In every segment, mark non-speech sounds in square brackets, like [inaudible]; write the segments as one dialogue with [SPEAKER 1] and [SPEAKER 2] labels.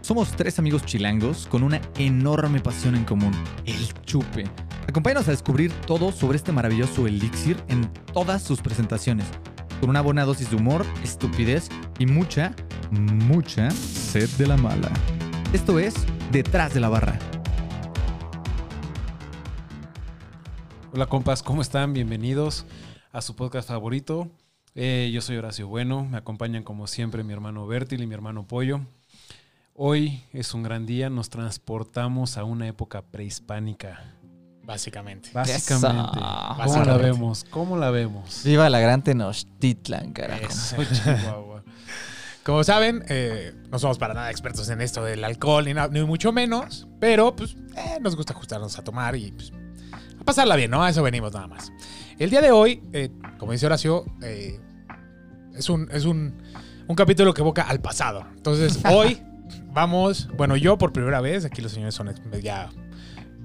[SPEAKER 1] Somos tres amigos chilangos con una enorme pasión en común, el chupe. Acompáñanos a descubrir todo sobre este maravilloso elixir en todas sus presentaciones, con una buena dosis de humor, estupidez y mucha, mucha sed de la mala. Esto es Detrás de la Barra.
[SPEAKER 2] Hola compas, ¿cómo están? Bienvenidos a su podcast favorito. Eh, yo soy Horacio Bueno, me acompañan como siempre mi hermano Bertil y mi hermano Pollo. Hoy es un gran día, nos transportamos a una época prehispánica.
[SPEAKER 3] Básicamente.
[SPEAKER 2] Básicamente.
[SPEAKER 4] Eso.
[SPEAKER 2] ¿Cómo Ah, la
[SPEAKER 3] Básicamente.
[SPEAKER 2] vemos? ¿Cómo la vemos?
[SPEAKER 4] Viva la gran Tenochtitlan, carajo.
[SPEAKER 3] Eso.
[SPEAKER 2] Soy Chihuahua.
[SPEAKER 3] Como saben, eh, no somos para nada expertos en esto del alcohol, ni, na- ni mucho menos, pero pues eh, nos gusta ajustarnos a tomar y pues, a pasarla bien, ¿no? A eso venimos nada más. El día de hoy, eh, como dice Horacio, eh, es, un, es un, un capítulo que evoca al pasado. Entonces, hoy vamos, bueno, yo por primera vez, aquí los señores son ex- ya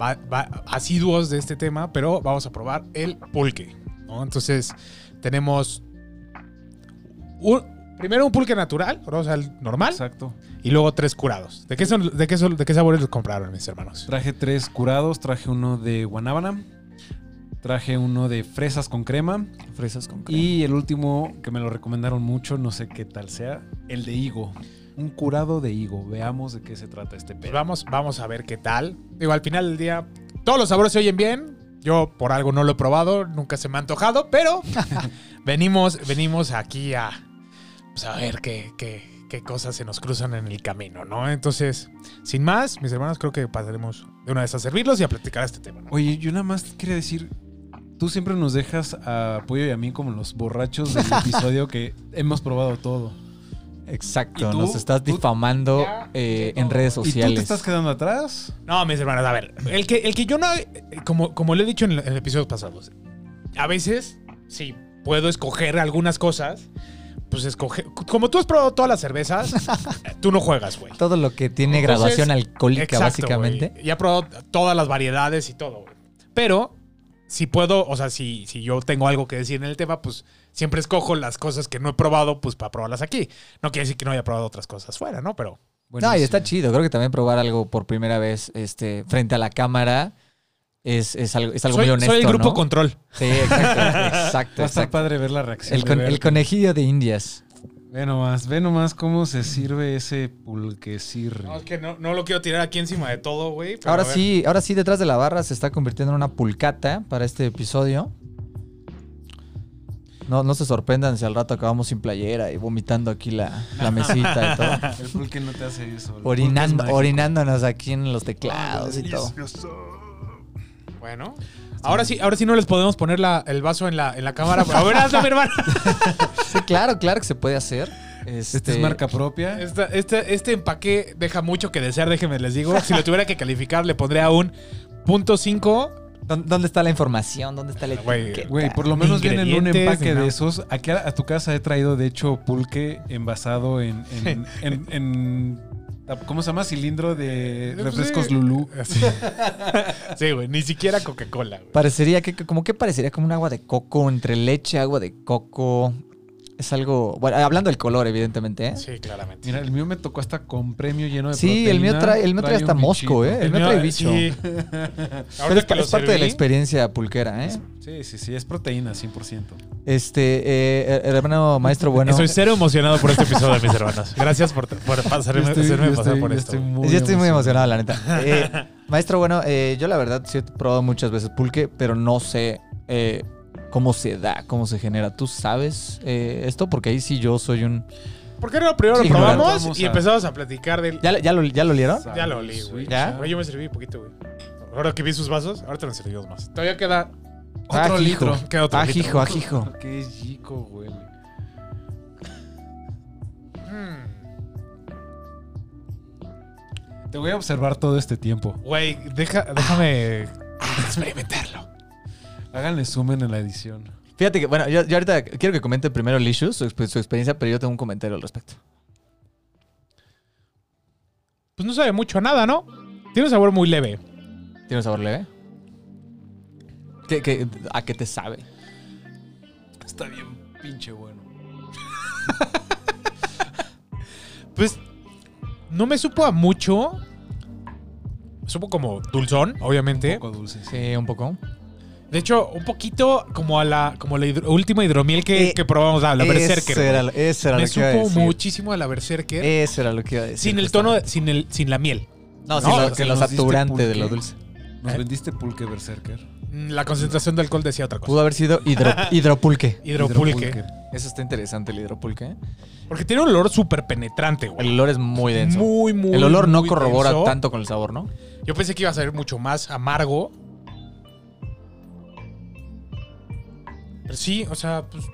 [SPEAKER 3] va- va- asiduos de este tema, pero vamos a probar el pulque, ¿no? Entonces, tenemos un- primero un pulque natural, ¿no? o sea, el normal,
[SPEAKER 2] Exacto.
[SPEAKER 3] y luego tres curados. ¿De qué, son, de, qué son- ¿De qué sabores los compraron, mis hermanos?
[SPEAKER 2] Traje tres curados, traje uno de guanábana, traje uno de fresas con crema
[SPEAKER 4] Fresas con crema.
[SPEAKER 2] y el último que me lo recomendaron mucho, no sé qué tal sea, el de higo. Un curado de higo. Veamos de qué se trata este
[SPEAKER 3] Pues
[SPEAKER 2] pedo.
[SPEAKER 3] vamos, vamos a ver qué tal. Digo, al final del día, todos los sabores se oyen bien. Yo por algo no lo he probado, nunca se me ha antojado, pero [laughs] venimos, venimos aquí a, pues, a ver qué, qué- qué cosas se nos cruzan en el camino, ¿no? Entonces, sin más, mis hermanos, creo que pasaremos de una vez a servirlos y a platicar este tema, ¿no?
[SPEAKER 2] Oye, yo nada más quería decir, tú siempre nos dejas a Pollo y a mí como los
[SPEAKER 4] [laughs]
[SPEAKER 2] borrachos del episodio que hemos probado todo.
[SPEAKER 4] Exacto,
[SPEAKER 2] ¿Y tú?
[SPEAKER 4] nos estás
[SPEAKER 2] ¿Tú?
[SPEAKER 4] difamando
[SPEAKER 3] Ya,
[SPEAKER 4] eh,
[SPEAKER 3] ya
[SPEAKER 4] en
[SPEAKER 3] no.
[SPEAKER 4] redes
[SPEAKER 2] ¿Y tú te
[SPEAKER 4] sociales.
[SPEAKER 2] estás quedando atrás?
[SPEAKER 3] No, mis hermanos, a ver. El que, el que yo no. eh, Como, como le he dicho en, en episodios pasados, a veces, si puedo escoger algunas cosas, pues escoge. Como tú has probado todas
[SPEAKER 4] [laughs]
[SPEAKER 3] las cervezas, tú no juegas, güey.
[SPEAKER 4] Todo lo que tiene
[SPEAKER 3] Entonces,
[SPEAKER 4] graduación alcohólica,
[SPEAKER 3] Exacto,
[SPEAKER 4] básicamente.
[SPEAKER 3] güey. Y ha probado todas las variedades y todo, güey. Pero. Si puedo, o sea, si, si yo tengo algo que decir en el tema, pues siempre escojo las cosas que no he probado, pues para probarlas aquí. No quiere decir que no haya probado otras cosas fuera, ¿no? Pero
[SPEAKER 4] no, y está
[SPEAKER 2] Buenísimo.
[SPEAKER 4] chido. Creo que también probar algo por primera vez este, frente a la cámara es, es algo, es algo
[SPEAKER 3] soy,
[SPEAKER 4] muy honesto.
[SPEAKER 3] soy el grupo
[SPEAKER 4] ¿no?
[SPEAKER 3] control.
[SPEAKER 4] Sí, exacto.
[SPEAKER 3] [laughs]
[SPEAKER 4] exacto,
[SPEAKER 2] Va a estar
[SPEAKER 4] exacto.
[SPEAKER 2] padre ver la reacción.
[SPEAKER 4] El,
[SPEAKER 2] de
[SPEAKER 4] con- el
[SPEAKER 2] Berto.
[SPEAKER 4] conejillo de Indias.
[SPEAKER 2] Ve nomás, ve nomás cómo se sirve ese pulque sirve.
[SPEAKER 3] No, es que no, no lo quiero tirar aquí encima de todo, güey. pero
[SPEAKER 4] Ahora
[SPEAKER 3] a ver.
[SPEAKER 4] sí, ahora sí, detrás de la barra se está convirtiendo en una pulcata para este episodio. No, no se sorprendan si al rato acabamos sin playera y vomitando aquí la,
[SPEAKER 3] [laughs]
[SPEAKER 4] la mesita y todo.
[SPEAKER 2] El pulque no te hace eso. El pulque es
[SPEAKER 4] Orinando,
[SPEAKER 2] mágico.
[SPEAKER 4] orinándonos aquí en los teclados y todo.
[SPEAKER 3] Bueno. Ahora sí, ahora sí no les podemos poner la- el vaso en la, en la cámara. A ver, hazlo, mi hermano.
[SPEAKER 4] Sí, claro, claro que se puede hacer. Este,
[SPEAKER 2] Esta es marca propia.
[SPEAKER 3] [laughs] Esta- este, este empaque deja mucho que desear, déjenme les digo. Si lo tuviera que calificar, le pondría un punto cinco.
[SPEAKER 4] ¿dó- ¿Dónde está la información? ¿Dónde está la
[SPEAKER 3] Güey,
[SPEAKER 4] etiqueta?
[SPEAKER 2] Güey, por lo menos vienen un
[SPEAKER 3] Ingredientes,
[SPEAKER 2] empaque
[SPEAKER 3] ¿no?
[SPEAKER 2] de esos. Aquí a, a tu casa he traído, de hecho, pulque envasado en. en- en- en- tap- ¿Cómo se llama? Cilindro de refrescos
[SPEAKER 3] Eh, pues Sí.
[SPEAKER 2] Lulú.
[SPEAKER 3] Sí, güey, ni siquiera Coca-Cola, güey.
[SPEAKER 4] Parecería que, como que parecería como un agua de coco, entre leche, agua de coco. Es algo. Bueno, hablando del color, evidentemente, ¿eh? Sí,
[SPEAKER 3] Sí, claramente.
[SPEAKER 2] Mira, el mío me tocó hasta con premio lleno de
[SPEAKER 4] el mío
[SPEAKER 2] proteína.
[SPEAKER 4] trae, el mío trae hasta
[SPEAKER 2] un
[SPEAKER 4] mosco,
[SPEAKER 2] bichito.
[SPEAKER 4] ¿eh? El mío trae bicho.
[SPEAKER 3] sí.
[SPEAKER 4] Pero
[SPEAKER 3] Ahorita
[SPEAKER 4] es,
[SPEAKER 3] que
[SPEAKER 4] pa-
[SPEAKER 3] lo
[SPEAKER 4] es parte de la
[SPEAKER 3] serví,
[SPEAKER 4] experiencia pulquera, ¿eh?
[SPEAKER 2] [laughs] Sí, sí, sí, es proteína, 100%.
[SPEAKER 4] Este, eh, el hermano maestro bueno.
[SPEAKER 3] Estoy cero emocionado por este episodio, mis hermanos. Gracias por, por pasarme, hacerme pasar por
[SPEAKER 2] yo
[SPEAKER 3] esto.
[SPEAKER 2] estoy
[SPEAKER 3] güey.
[SPEAKER 4] [laughs]
[SPEAKER 2] muy
[SPEAKER 4] yo estoy muy emocionado, la neta. Eh,
[SPEAKER 3] [laughs]
[SPEAKER 4] maestro, bueno, eh, yo la verdad sí he probado muchas veces pulque, pero no sé eh, cómo se da, cómo se genera. ¿Tú sabes eh, esto? Porque ahí sí yo soy un...
[SPEAKER 3] ¿Por qué no primero
[SPEAKER 4] Sí,
[SPEAKER 3] lo probamos
[SPEAKER 2] claro.
[SPEAKER 3] y empezamos a platicar del.
[SPEAKER 4] ¿Ya, ya, lo, ¿Ya lo olieron?
[SPEAKER 3] Ya lo olí, güey.
[SPEAKER 4] ¿Ya?
[SPEAKER 3] Güey, yo me serví poquito, güey. Ahora que vi sus vasos, ahorita nos servimos más. Todavía queda
[SPEAKER 2] Otro
[SPEAKER 4] Ajijo.
[SPEAKER 2] litro.
[SPEAKER 3] queda otro
[SPEAKER 4] Ajijo,
[SPEAKER 3] litro.
[SPEAKER 4] ajijo.
[SPEAKER 2] Qué chico, güey.
[SPEAKER 4] Hmm.
[SPEAKER 3] Mm.
[SPEAKER 2] Te voy a observar todo este tiempo.
[SPEAKER 3] Güey, deja, déjame experimentarlo.
[SPEAKER 2] Háganle zoom en la edición.
[SPEAKER 4] Fíjate que, bueno, yo, yo ahorita quiero que comente primero Lishu, su, exp- su experiencia, pero yo tengo un comentario al respecto.
[SPEAKER 3] Pues no sabe mucho a nada, ¿no? Tiene un sabor muy leve.
[SPEAKER 4] ¿Tiene un sabor leve? ¿Qué- qué- a qué te sabe?
[SPEAKER 2] Está bien pinche bueno.
[SPEAKER 3] Pues No me supo a mucho. Me supo como dulzón, obviamente.
[SPEAKER 2] Un poco dulce. sí.
[SPEAKER 4] Sí, un poco.
[SPEAKER 3] De hecho, un poquito como a la, como la hidro- última hidromiel que,
[SPEAKER 4] Eh,
[SPEAKER 3] que probamos, ah, la, la Berserker.
[SPEAKER 4] Ese era,
[SPEAKER 3] güey.
[SPEAKER 4] lo- ese era
[SPEAKER 3] me
[SPEAKER 4] lo que iba a
[SPEAKER 3] supo
[SPEAKER 4] decir.
[SPEAKER 3] muchísimo a la Berserker.
[SPEAKER 4] Ese era lo que iba a decir.
[SPEAKER 3] sin el
[SPEAKER 4] justo.
[SPEAKER 3] tono, de- sin, el, sin la miel.
[SPEAKER 4] No,
[SPEAKER 3] No,
[SPEAKER 4] sin lo,
[SPEAKER 2] que
[SPEAKER 4] sin lo
[SPEAKER 2] nos diste
[SPEAKER 4] saturante de
[SPEAKER 2] pulque.
[SPEAKER 4] lo dulce.
[SPEAKER 2] Nos vendiste pulque berserker.
[SPEAKER 3] Mm, La concentración de alcohol decía otra
[SPEAKER 4] Pudo
[SPEAKER 3] cosa.
[SPEAKER 4] haber sido
[SPEAKER 3] [laughs]
[SPEAKER 4] hidro- hidropulque.
[SPEAKER 3] Hidropulque.
[SPEAKER 4] Eso está interesante, el hidropulque. ¿eh?
[SPEAKER 3] Porque tiene un olor súper penetrante,
[SPEAKER 4] El
[SPEAKER 3] güey.
[SPEAKER 4] olor es muy denso.
[SPEAKER 3] Muy, muy.
[SPEAKER 4] el olor no
[SPEAKER 3] muy
[SPEAKER 4] corrobora
[SPEAKER 3] denso.
[SPEAKER 4] tanto con el sabor, ¿no?
[SPEAKER 3] Yo pensé que iba a ser mucho más amargo. Pero sí, o sea, pues.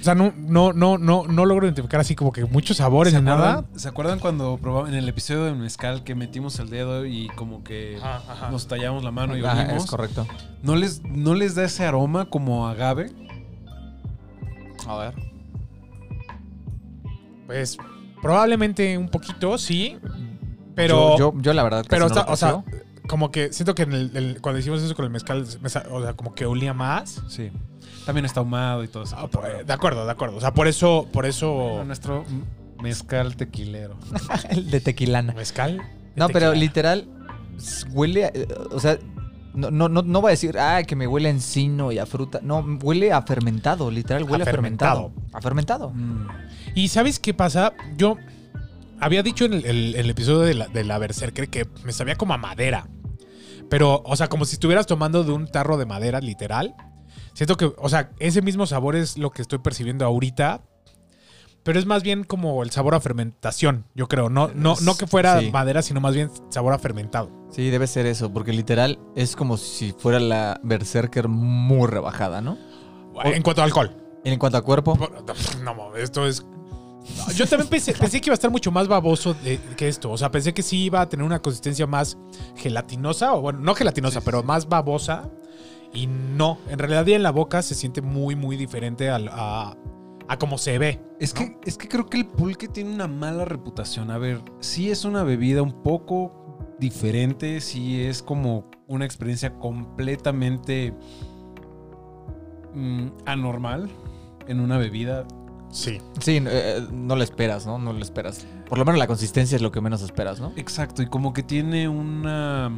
[SPEAKER 3] O sea, no, no, no, no, no logro identificar así como que muchos sabores
[SPEAKER 2] ¿Se
[SPEAKER 3] en nada.
[SPEAKER 2] acuerdan, ¿Se acuerdan cuando probamos en el episodio de Mezcal que metimos el dedo y como que
[SPEAKER 3] Ajá, ajá.
[SPEAKER 2] nos tallamos la mano y
[SPEAKER 4] Ajá, Ah, es
[SPEAKER 2] olimos?
[SPEAKER 4] correcto.
[SPEAKER 2] ¿No les, ¿No les da ese aroma como agave?
[SPEAKER 4] A ver.
[SPEAKER 3] Pues probablemente un poquito, sí. Pero.
[SPEAKER 4] Yo, yo, yo la verdad, casi
[SPEAKER 3] pero,
[SPEAKER 4] no lo
[SPEAKER 3] está- o sea,
[SPEAKER 4] aprecio.
[SPEAKER 3] como que siento que en el- el- cuando hicimos eso con el mezcal, me sa- o sea, como que olía más.
[SPEAKER 2] Sí. También está ahumado y todo eso.
[SPEAKER 3] Ah, por- de acuerdo, de acuerdo. O sea, por eso, por eso.
[SPEAKER 2] Nuestro mezcal tequilero.
[SPEAKER 4] el de tequilana.
[SPEAKER 3] Mezcal.
[SPEAKER 4] No, pero
[SPEAKER 3] Tequila.
[SPEAKER 4] literal, s- huele. a- eh, o sea, no, no, no, no va a decir, ah, que me huele a encino y a fruta. No, huele a fermentado, literal, huele a,
[SPEAKER 3] A
[SPEAKER 4] fermentado.
[SPEAKER 3] fermentado.
[SPEAKER 4] A fermentado.
[SPEAKER 2] Mm.
[SPEAKER 3] Y ¿sabes qué pasa? Yo había dicho en el, el- el episodio de la, de la Berserker que me sabía como a madera. Pero, o sea, como si estuvieras tomando de un tarro de madera, literal. Siento que, o sea, ese mismo sabor es lo que estoy percibiendo ahorita. Pero es más bien como el sabor a fermentación, yo creo. No, no, no que fuera
[SPEAKER 4] Sí.
[SPEAKER 3] madera, sino más bien sabor a fermentado.
[SPEAKER 4] Sí, debe ser eso, porque literal es como si fuera la Berserker muy rebajada, ¿no?
[SPEAKER 3] En cuanto a alcohol.
[SPEAKER 4] En cuanto a cuerpo,
[SPEAKER 3] No, [laughs] mames, esto es... Yo también pensé, pensé que iba a estar mucho más baboso de- que esto. O sea, pensé que sí iba a tener una consistencia más gelatinosa, o bueno, no gelatinosa, pero más babosa. Y no, en realidad ya en la boca se siente muy, muy diferente al- a, a cómo se ve.
[SPEAKER 2] Es que, es que creo que el pulque tiene una mala reputación. A ver, sí es una bebida un poco diferente, sí es como una experiencia completamente mm, anormal en una bebida.
[SPEAKER 3] Sí.
[SPEAKER 4] sí, eh, no lo esperas, ¿no? No lo esperas. Por lo menos la consistencia es lo que menos esperas, ¿no?
[SPEAKER 2] Exacto, y como que tiene una...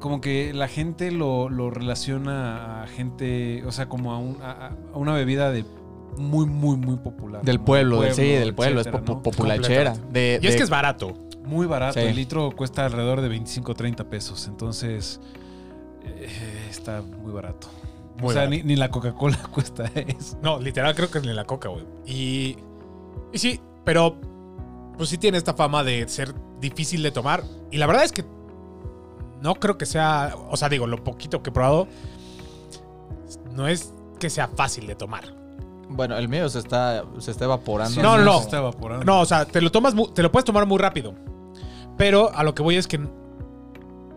[SPEAKER 2] Como que la gente lo, lo relaciona a gente, o sea, como a, un- a- a una bebida de muy, muy, muy popular.
[SPEAKER 4] Del
[SPEAKER 2] ¿no?
[SPEAKER 4] pueblo, sí, del pueblo,
[SPEAKER 2] etcétera,
[SPEAKER 4] es po-
[SPEAKER 2] ¿no?
[SPEAKER 4] populachera. De-
[SPEAKER 3] Y es
[SPEAKER 4] de-
[SPEAKER 3] que es barato.
[SPEAKER 2] Muy barato,
[SPEAKER 4] Sí.
[SPEAKER 2] el litro cuesta alrededor de 25 o 30 pesos, entonces eh, está muy barato.
[SPEAKER 3] Muy
[SPEAKER 2] o sea,
[SPEAKER 3] barato.
[SPEAKER 2] Ni, ni la Coca-Cola [laughs] cuesta eso.
[SPEAKER 3] No, literal creo que es ni la coca, güey. Y, y sí, pero pues sí tiene esta fama de ser difícil de tomar. Y la verdad es que no creo que sea, o sea, digo, lo poquito que he probado, no es que sea fácil de tomar.
[SPEAKER 4] Bueno, el mío se está, se está evaporando.
[SPEAKER 3] No, no, no.
[SPEAKER 2] Se está evaporando.
[SPEAKER 3] No, o sea, te lo tomas, mu- te lo puedes tomar muy rápido. Pero a lo que voy es que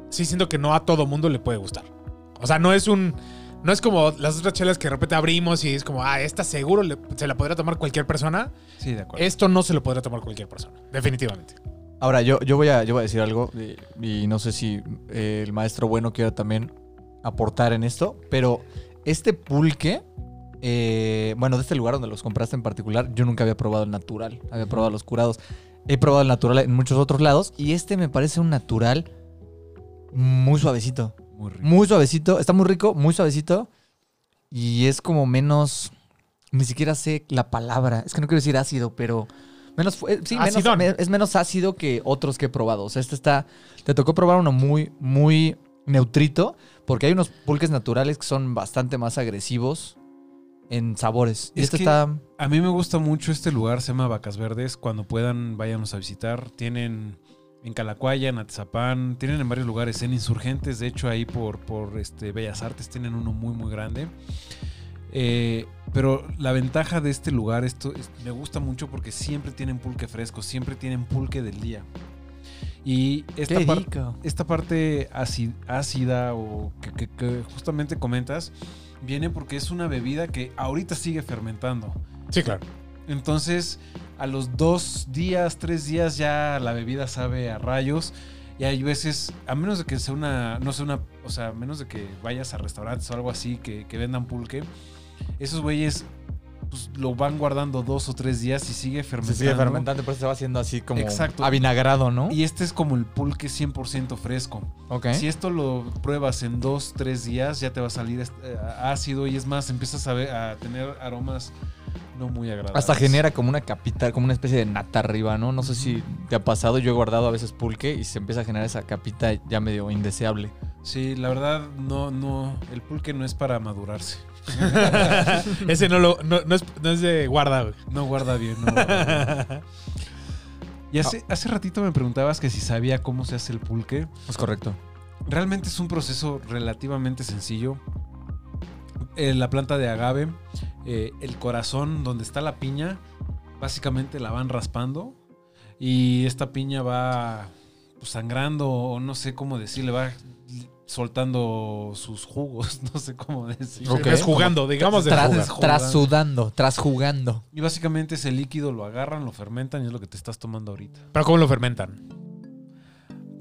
[SPEAKER 3] sí siento que no a todo mundo le puede gustar. O sea, no es un, no es como las otras chelas que de repente abrimos y es como, ah, esta seguro le- se la podría tomar cualquier persona.
[SPEAKER 2] Sí, de acuerdo.
[SPEAKER 3] Esto no se lo podrá tomar cualquier persona, definitivamente.
[SPEAKER 4] Ahora, yo, yo, voy a, yo voy a decir algo eh, y, no sé si eh, el maestro bueno quiera también aportar en esto, pero este pulque, eh, bueno, de este lugar donde los compraste en particular, yo nunca había probado el natural, había probado los curados. He probado el natural en muchos otros lados y este me parece un natural muy suavecito.
[SPEAKER 2] Muy rico.
[SPEAKER 4] Muy suavecito, está muy rico, muy suavecito y es como menos, ni siquiera sé la palabra, es que no quiero decir ácido, pero... Menos, fu- eh, sí, menos-
[SPEAKER 3] Acidón.
[SPEAKER 4] me- es menos ácido que otros que he probado. O sea, este está. Te tocó probar uno muy, muy neutrito. Porque hay unos pulques naturales que son bastante más agresivos en sabores. Y
[SPEAKER 2] Es
[SPEAKER 4] este
[SPEAKER 2] que-
[SPEAKER 4] está.
[SPEAKER 2] A mí me gusta mucho este lugar, se llama Vacas Verdes. Cuando puedan, váyanos a visitar. Tienen en Calacuaya, en Atizapán, tienen en varios lugares, en Insurgentes, de hecho ahí por, por este, Bellas Artes tienen uno muy, muy grande. Eh, pero la ventaja de este lugar, esto es- me gusta mucho porque siempre tienen pulque fresco, siempre tienen pulque del día. Y esta
[SPEAKER 4] qué
[SPEAKER 2] parte
[SPEAKER 4] rico.
[SPEAKER 2] esta parte aci- ácida o que, que- que justamente comentas viene porque es una bebida que ahorita sigue fermentando.
[SPEAKER 3] Sí, claro.
[SPEAKER 4] [laughs]
[SPEAKER 2] Entonces, a los dos días, tres días ya la bebida sabe a rayos. Y hay veces, a menos de que sea una, no sea una, o sea, a menos de que vayas a restaurantes o algo así que, que vendan pulque, esos güeyes pues, lo van guardando dos o tres días y sigue
[SPEAKER 4] Se
[SPEAKER 2] fermentando.
[SPEAKER 4] sigue fermentando, por eso se va haciendo así como
[SPEAKER 2] Exacto.
[SPEAKER 4] avinagrado, ¿no?
[SPEAKER 2] Y este es como el pulque 100% fresco.
[SPEAKER 4] ok.
[SPEAKER 2] Si esto lo pruebas en dos, tres días, ya te va a salir este, eh, ácido y es más, empiezas a, ver- a tener aromas no muy agradables.
[SPEAKER 4] Hasta genera como una capita, como una especie de nata arriba, ¿no? No sé si te ha pasado, yo he guardado a veces pulque y se empieza a generar esa capita ya medio indeseable.
[SPEAKER 2] Sí, la verdad, no, no. El pulque no es para madurarse.
[SPEAKER 3] Ese no, lo, no, no es, no es de guarda, güey.
[SPEAKER 2] No guarda bien, no
[SPEAKER 3] [laughs]
[SPEAKER 2] guarda bien. Y hace, hace ratito me preguntabas que si sabía cómo se hace el pulque.
[SPEAKER 4] Es correcto.
[SPEAKER 2] Realmente es un proceso relativamente sencillo. Eh, la planta de agave, eh, el corazón donde está la piña, básicamente la van raspando y esta piña va pues, sangrando o no sé cómo decirle, va soltando sus jugos, [laughs] no sé cómo decirlo.
[SPEAKER 4] Ok.
[SPEAKER 3] Es jugando, digamos de
[SPEAKER 4] Tras,
[SPEAKER 3] jugar.
[SPEAKER 4] trasudando, trasjugando.
[SPEAKER 2] Y básicamente ese líquido lo agarran, lo fermentan y es lo que te estás tomando ahorita.
[SPEAKER 3] Pero ¿cómo lo fermentan?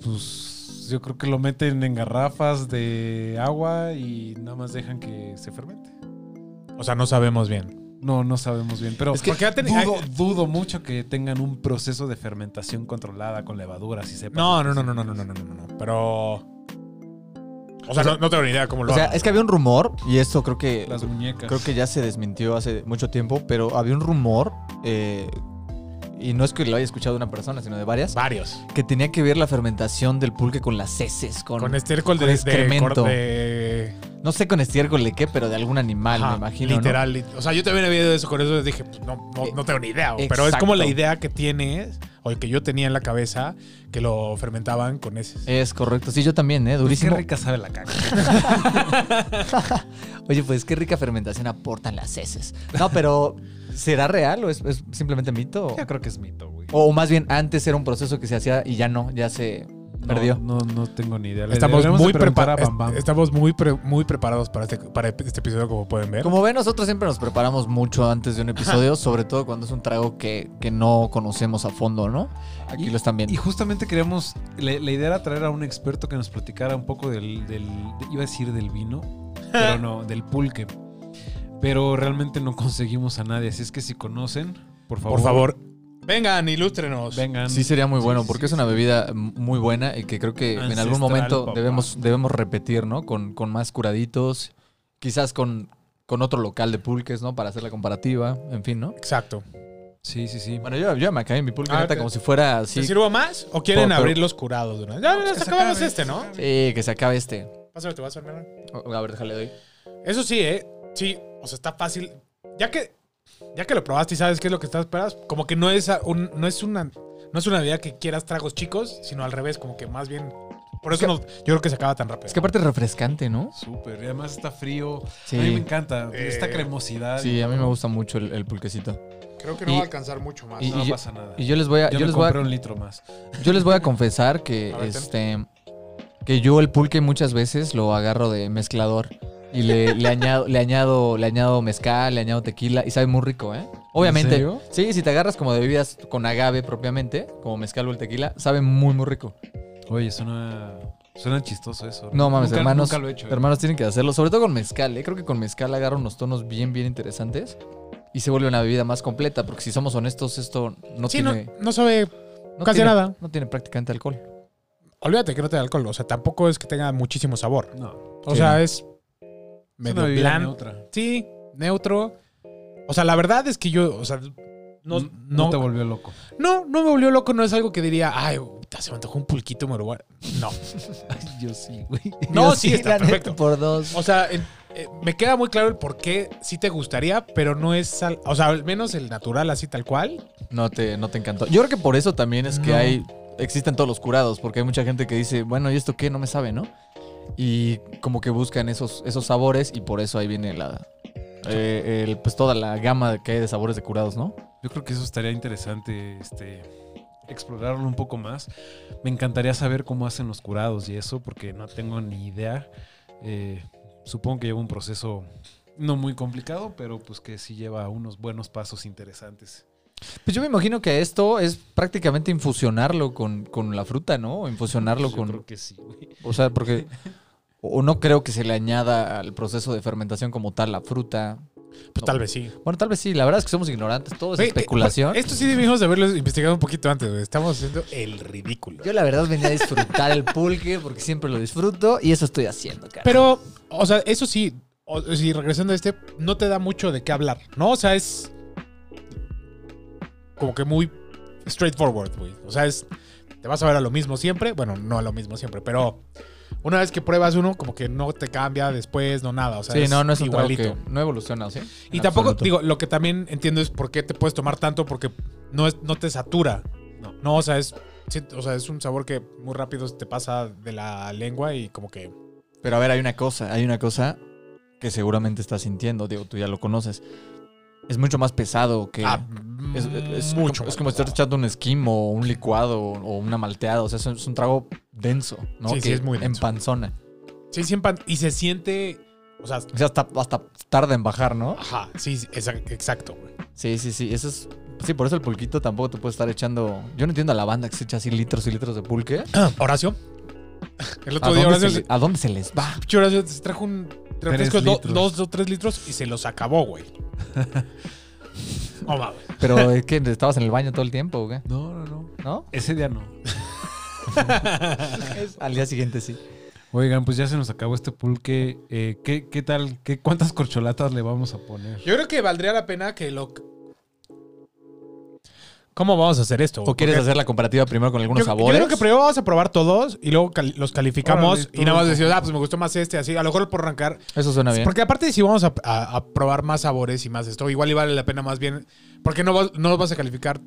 [SPEAKER 2] Pues yo creo que lo meten en garrafas de agua y nada más dejan que se fermente.
[SPEAKER 3] O sea, no sabemos bien.
[SPEAKER 2] No, no sabemos bien, pero
[SPEAKER 3] Es que
[SPEAKER 2] porque ha teni-
[SPEAKER 3] dudo-
[SPEAKER 2] dudo, dudo mucho que tengan un proceso de fermentación controlada con levaduras y sepan.
[SPEAKER 3] No, no, no, no, no, no, no, no, no, no. Pero... O sea, no, no tengo ni idea cómo lo
[SPEAKER 4] O sea,
[SPEAKER 3] hagan.
[SPEAKER 4] es que había un rumor, y esto creo que
[SPEAKER 2] Las muñecas.
[SPEAKER 4] creo que ya se desmintió hace mucho tiempo, pero había un rumor, eh, y no es que lo haya escuchado de una persona, sino de varias,
[SPEAKER 3] Varios.
[SPEAKER 4] que tenía que ver la fermentación del pulque con las heces, con,
[SPEAKER 3] Con estiércol de,
[SPEAKER 4] con
[SPEAKER 3] de-
[SPEAKER 4] excremento.
[SPEAKER 3] de-
[SPEAKER 4] no sé con estiércol de qué, pero de algún animal,
[SPEAKER 3] Ajá,
[SPEAKER 4] Ah, me imagino. ¿no? Eh,
[SPEAKER 3] Literal. lit- O sea, yo también había oído eso, con eso dije, pues, no, no, no tengo ni idea. güey. Pero es
[SPEAKER 4] Exacto.
[SPEAKER 3] como la idea que tienes, o que yo tenía en la cabeza, que lo fermentaban con ese.
[SPEAKER 4] Es correcto, sí, yo también, ¿eh?
[SPEAKER 2] Pues qué
[SPEAKER 4] Durísimo.
[SPEAKER 2] rica sabe la caca.
[SPEAKER 4] Oye, pues qué rica fermentación aportan las heces. No, pero ¿será real o es, es simplemente mito?
[SPEAKER 2] Yo creo que es mito, güey.
[SPEAKER 4] O, o más bien, antes era un proceso que se hacía y ya no, ya se
[SPEAKER 2] No,
[SPEAKER 4] perdió.
[SPEAKER 2] No, no tengo ni idea. Le
[SPEAKER 3] Estamos
[SPEAKER 2] deberíamos
[SPEAKER 3] muy,
[SPEAKER 2] de preguntar a
[SPEAKER 3] prepara-
[SPEAKER 2] Bam Bam.
[SPEAKER 3] est- estamos muy, pre- muy preparados para este, para este episodio, como pueden ver.
[SPEAKER 4] Como ven, nosotros siempre nos preparamos mucho antes de un episodio, sobre todo cuando es un trago que, que no conocemos a fondo, ¿no? Aquí lo están
[SPEAKER 2] Y
[SPEAKER 4] viendo.
[SPEAKER 2] justamente queríamos, la, la idea era traer a un experto que nos platicara un poco del, del- iba a decir
[SPEAKER 4] [laughs]
[SPEAKER 2] del vino, pero no, del pulque. Pero realmente no conseguimos a nadie, así es que si conocen, por favor,
[SPEAKER 3] Por favor, vengan, ilústrenos.
[SPEAKER 2] vengan.
[SPEAKER 4] Sí, sería muy bueno,
[SPEAKER 2] Sí,
[SPEAKER 4] porque
[SPEAKER 2] sí,
[SPEAKER 4] es una bebida muy buena y que creo que en algún
[SPEAKER 2] Ancestral,
[SPEAKER 4] momento
[SPEAKER 2] papá.
[SPEAKER 4] debemos, debemos repetir, ¿no? Con, con más curaditos, quizás con, con otro local de pulques, ¿no? Para hacer la comparativa, en fin, ¿no?
[SPEAKER 3] Exacto.
[SPEAKER 2] Sí, sí, sí.
[SPEAKER 4] Bueno, yo, yo me acabé en mi pulque
[SPEAKER 3] Ah,
[SPEAKER 4] neta,
[SPEAKER 3] te-
[SPEAKER 4] como si fuera
[SPEAKER 3] ¿Se
[SPEAKER 4] así.
[SPEAKER 3] sirvo más o quieren
[SPEAKER 4] Por- por-
[SPEAKER 3] abrir los curados? de una vez? Ya, ya, nos acabamos este, ¿no?
[SPEAKER 4] Sí, que se acabe este.
[SPEAKER 3] Pásame, te vas a armar.
[SPEAKER 4] O- A ver, déjale doy.
[SPEAKER 3] Eso sí, ¿eh? Sí, o sea, está fácil. Ya que, ya que lo probaste y sabes qué es lo que estás esperando, como que no es, a- un- no es una no es una vida que quieras tragos chicos, sino al revés, como que más bien... Por eso no- yo creo que se acaba tan rápido.
[SPEAKER 4] Es que aparte es refrescante, ¿no?
[SPEAKER 2] Súper, y además está frío.
[SPEAKER 4] Sí.
[SPEAKER 2] A mí me encanta,
[SPEAKER 3] Eh,
[SPEAKER 2] esta cremosidad.
[SPEAKER 4] Sí, a mí me gusta mucho el, el pulquecito.
[SPEAKER 3] creo que
[SPEAKER 4] no va a
[SPEAKER 3] alcanzar mucho más.
[SPEAKER 4] y-
[SPEAKER 2] no
[SPEAKER 4] yo-
[SPEAKER 2] pasa nada.
[SPEAKER 4] Y yo les voy a,
[SPEAKER 2] yo
[SPEAKER 4] yo
[SPEAKER 2] me
[SPEAKER 4] les voy a,
[SPEAKER 2] compré un litro más.
[SPEAKER 4] yo les voy a confesar que
[SPEAKER 3] A ver, ten.
[SPEAKER 4] este que yo el pulque muchas veces lo agarro de mezclador y le, le añado, le añado, le añado mezcal, le añado tequila y sabe muy rico, ¿eh? Obviamente.
[SPEAKER 2] serio?
[SPEAKER 4] Sí, si te agarras como de bebidas con agave propiamente, como mezcal o el tequila, sabe muy muy rico.
[SPEAKER 2] Oye, suena, suena chistoso eso.
[SPEAKER 4] No mames,
[SPEAKER 2] Nunca-
[SPEAKER 4] hermanos.
[SPEAKER 2] Nunca lo he hecho. ¿eh?
[SPEAKER 4] Hermanos tienen que hacerlo, sobre todo con mezcal, ¿eh? Creo que con mezcal agarra unos tonos bien, bien interesantes y se vuelve una bebida más completa, porque si somos honestos, esto no
[SPEAKER 3] sí, no,
[SPEAKER 4] tiene.
[SPEAKER 3] no sabe...
[SPEAKER 4] no
[SPEAKER 3] casi
[SPEAKER 4] tiene-
[SPEAKER 3] nada.
[SPEAKER 4] No tiene prácticamente alcohol.
[SPEAKER 3] Olvídate que no te da alcohol. O sea, tampoco es que tenga muchísimo sabor.
[SPEAKER 2] No,
[SPEAKER 3] O
[SPEAKER 4] Sí.
[SPEAKER 3] sea, es
[SPEAKER 2] me
[SPEAKER 3] medio plan.
[SPEAKER 2] neutra.
[SPEAKER 3] Sí, neutro. O sea, la verdad es que yo... O sea, no,
[SPEAKER 2] No,
[SPEAKER 3] no,
[SPEAKER 2] te volvió loco.
[SPEAKER 3] no, no me volvió loco. No es algo que diría, ay, puta, se me antojó un pulquito, me lo voy a-". No.
[SPEAKER 2] Yo sí,
[SPEAKER 4] [laughs]
[SPEAKER 2] güey.
[SPEAKER 3] No,
[SPEAKER 4] Yo
[SPEAKER 3] sí, está
[SPEAKER 4] la neta,
[SPEAKER 3] perfecto.
[SPEAKER 4] Por dos.
[SPEAKER 3] O sea, en- eh, me queda muy claro el por qué sí te gustaría, pero no es... sal- o sea, al menos el natural así tal cual.
[SPEAKER 4] No te, no te encantó. Yo creo que por eso también es que
[SPEAKER 3] No.
[SPEAKER 4] hay. Existen todos los curados, porque hay mucha gente que dice, bueno, ¿y esto qué? No me sabe, ¿no? Y como que buscan esos, esos sabores y por eso ahí viene la. eh, el- pues toda la gama que hay de sabores de curados, ¿no?
[SPEAKER 2] Yo creo que eso estaría interesante, este, explorarlo un poco más. Me encantaría saber cómo hacen los curados y eso, porque no tengo ni idea. Eh, supongo que lleva un proceso no muy complicado, pero pues que sí lleva unos buenos pasos interesantes.
[SPEAKER 4] Pues yo me imagino que esto es prácticamente infusionarlo con, con la fruta, ¿no? Infusionarlo
[SPEAKER 2] Yo
[SPEAKER 4] con.
[SPEAKER 2] creo que sí, güey.
[SPEAKER 4] O sea, porque. O o no creo que se le añada al proceso de fermentación como tal la fruta.
[SPEAKER 3] Pues tal vez sí.
[SPEAKER 5] Bueno, tal vez sí, la verdad es que somos ignorantes, todo es
[SPEAKER 3] Güey, eh,
[SPEAKER 5] especulación.
[SPEAKER 3] Esto sí debimos de haberlo investigado un poquito antes, güey. Estamos haciendo el ridículo.
[SPEAKER 5] Yo la verdad venía a disfrutar el pulque porque siempre lo disfruto y eso estoy haciendo, cara.
[SPEAKER 3] Pero, o sea, eso sí, o- si regresando a este, no te da mucho de qué hablar, ¿no? O sea, es como que muy straightforward, güey. O sea, es, te vas a ver a lo mismo siempre, bueno, no a lo mismo siempre, pero una vez que pruebas uno, como que no te cambia después, no nada, o sea,
[SPEAKER 5] sí,
[SPEAKER 3] es
[SPEAKER 5] no, no es un trago
[SPEAKER 3] igualito.
[SPEAKER 5] que no evoluciona, ¿sí?
[SPEAKER 3] Y
[SPEAKER 5] En
[SPEAKER 3] tampoco,
[SPEAKER 5] absoluto.
[SPEAKER 3] digo, lo que también entiendo es por qué te puedes tomar tanto, porque no, es, no te satura. No. o sea, es... sí, o sea, es un sabor que muy rápido se te pasa de la lengua y como que...
[SPEAKER 5] Pero a ver, hay una cosa, hay una cosa que seguramente estás sintiendo, digo, tú ya lo conoces. Es mucho más pesado que...
[SPEAKER 3] ah,
[SPEAKER 5] es, es- es
[SPEAKER 3] mucho
[SPEAKER 5] como,
[SPEAKER 3] más
[SPEAKER 5] es como estar
[SPEAKER 3] pesado.
[SPEAKER 5] echando un esquimo, o un licuado o o una malteada. O sea, es un, es un trago denso, ¿no?
[SPEAKER 3] Sí, sí,
[SPEAKER 5] Que
[SPEAKER 3] es muy denso.
[SPEAKER 5] Empanzona.
[SPEAKER 3] Sí, siempre. Y se siente. O sea,
[SPEAKER 5] O sea, hasta, hasta tarda en bajar, ¿no?
[SPEAKER 3] ajá, sí, sí, exa- exacto, güey. [clears throat]
[SPEAKER 5] Sí, sí, sí. Eso es. Sí, por eso el pulquito tampoco te puede estar echando. Yo no entiendo a la banda que se echa así litros y litros de pulque.
[SPEAKER 3] Ah, Horacio. El
[SPEAKER 5] ¿A
[SPEAKER 3] otro día
[SPEAKER 5] dónde,
[SPEAKER 3] Horacio
[SPEAKER 5] se
[SPEAKER 3] se,
[SPEAKER 5] le- ¿A dónde se les
[SPEAKER 3] [laughs]
[SPEAKER 5] va?
[SPEAKER 3] pinche Horacio se trajo un refresco
[SPEAKER 2] Tres
[SPEAKER 3] do-
[SPEAKER 2] litros.
[SPEAKER 3] dos o tres litros y se los acabó,
[SPEAKER 5] [laughs]
[SPEAKER 3] güey. No mames.
[SPEAKER 5] Pero es que estabas en el baño todo el tiempo, ¿o qué?
[SPEAKER 2] No, no, no.
[SPEAKER 5] ¿No?
[SPEAKER 2] Ese día no.
[SPEAKER 5] Al día siguiente sí.
[SPEAKER 2] Oigan, pues ya se nos acabó este pulque. Eh, ¿qué, ¿Qué tal? ¿Qué, ¿Cuántas corcholatas le vamos a poner?
[SPEAKER 3] Yo creo que valdría la pena que lo. ¿Cómo vamos a hacer esto?
[SPEAKER 5] ¿O quieres hacer la comparativa primero con algunos
[SPEAKER 3] yo, yo
[SPEAKER 5] sabores?
[SPEAKER 3] creo que primero vamos a probar todos y luego cali- los calificamos
[SPEAKER 2] Órale,
[SPEAKER 3] y nada más
[SPEAKER 2] tú.
[SPEAKER 3] decimos, ah, pues me gustó más este, así. A lo mejor por arrancar
[SPEAKER 5] Eso suena bien.
[SPEAKER 3] Porque aparte si vamos a, a- a probar más sabores y más esto, igual y vale la pena más bien, porque no, vas- no los vas a calificar.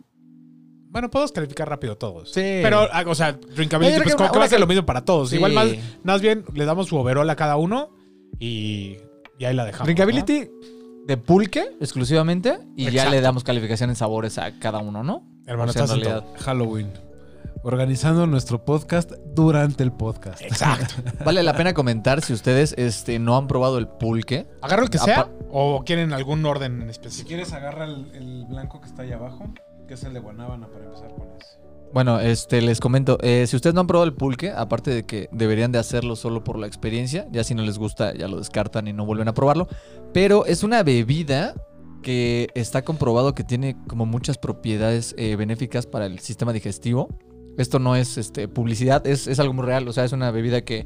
[SPEAKER 3] Bueno, podemos calificar rápido todos.
[SPEAKER 5] Sí.
[SPEAKER 3] Pero, ah, o sea,
[SPEAKER 5] Yo
[SPEAKER 3] drinkability,
[SPEAKER 5] creo
[SPEAKER 3] pues
[SPEAKER 5] que
[SPEAKER 3] como
[SPEAKER 5] una-
[SPEAKER 3] que va a
[SPEAKER 5] una
[SPEAKER 3] ser
[SPEAKER 5] cal-
[SPEAKER 3] lo mismo para todos.
[SPEAKER 5] Sí.
[SPEAKER 3] Igual más, más bien le damos su overall a cada uno y, y ahí la dejamos. ¿no?
[SPEAKER 5] Drinkability de pulque exclusivamente y ya
[SPEAKER 3] Exacto.
[SPEAKER 5] le damos calificación en sabores a cada uno, ¿no?
[SPEAKER 3] Hermano,
[SPEAKER 5] O sea, en
[SPEAKER 3] estás en
[SPEAKER 5] realidad.
[SPEAKER 3] todo.
[SPEAKER 2] Halloween. Organizando nuestro podcast durante el podcast.
[SPEAKER 3] Exacto.
[SPEAKER 5] Vale la pena comentar si ustedes este, no han probado el pulque.
[SPEAKER 3] ¿Agarro el que sea
[SPEAKER 5] Apa-
[SPEAKER 3] o quieren algún orden en
[SPEAKER 2] Si
[SPEAKER 3] específico?
[SPEAKER 2] quieres, agarra el, el blanco que está ahí abajo, que es el de Guanábana, para empezar con ese.
[SPEAKER 5] Bueno, este, les comento, eh, si ustedes no han probado el pulque, aparte de que deberían de hacerlo solo por la experiencia, ya si no les gusta ya lo descartan y no vuelven a probarlo, pero es una bebida que está comprobado que tiene como muchas propiedades eh, benéficas para el sistema digestivo. Esto no es este, publicidad, es, es algo muy real, o sea, es una bebida que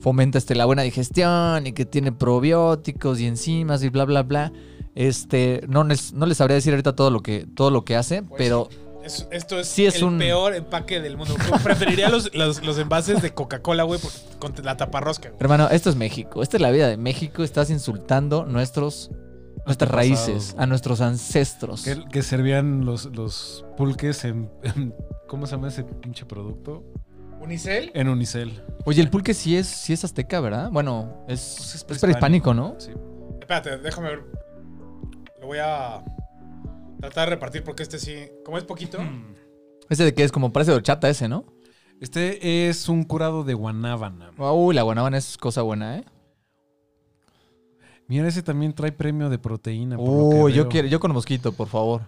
[SPEAKER 5] fomenta este, la buena digestión y que tiene probióticos y enzimas y bla, bla, bla. Este, no, les- no les sabría decir ahorita todo lo que, todo lo que hace,
[SPEAKER 3] Pues
[SPEAKER 5] pero...
[SPEAKER 3] Es- esto es,
[SPEAKER 5] Sí, es
[SPEAKER 3] el
[SPEAKER 5] un-
[SPEAKER 3] peor empaque del mundo. Yo preferiría los, los- los envases de Coca-Cola, güey, porque- con la taparrosca, güey.
[SPEAKER 5] Hermano, esto es México. Esta es la vida de México. Estás insultando nuestros, nuestras raíces,
[SPEAKER 2] Antepasados.
[SPEAKER 5] a nuestros ancestros.
[SPEAKER 2] Que, que servían los, los pulques en, en- ¿Cómo se llama ese pinche producto?
[SPEAKER 3] Unicel.
[SPEAKER 2] En Unicel.
[SPEAKER 5] Oye, el pulque sí es, sí es azteca, ¿verdad? Bueno, es,
[SPEAKER 2] Pues es
[SPEAKER 5] es prehispánico, ¿no?
[SPEAKER 2] Sí.
[SPEAKER 3] Espérate, déjame ver. Lo voy a tratar de repartir porque este sí. Como es poquito.
[SPEAKER 5] Ese de que es como parece de horchata ese, ¿no?
[SPEAKER 2] Este es un curado de Guanábana.
[SPEAKER 5] Uy, la guanábana es cosa buena, ¿eh?
[SPEAKER 2] Mira, ese también trae premio de proteína. por lo que
[SPEAKER 5] Uy, Oh, yo
[SPEAKER 2] veo.
[SPEAKER 5] quiero, yo con mosquito, por favor.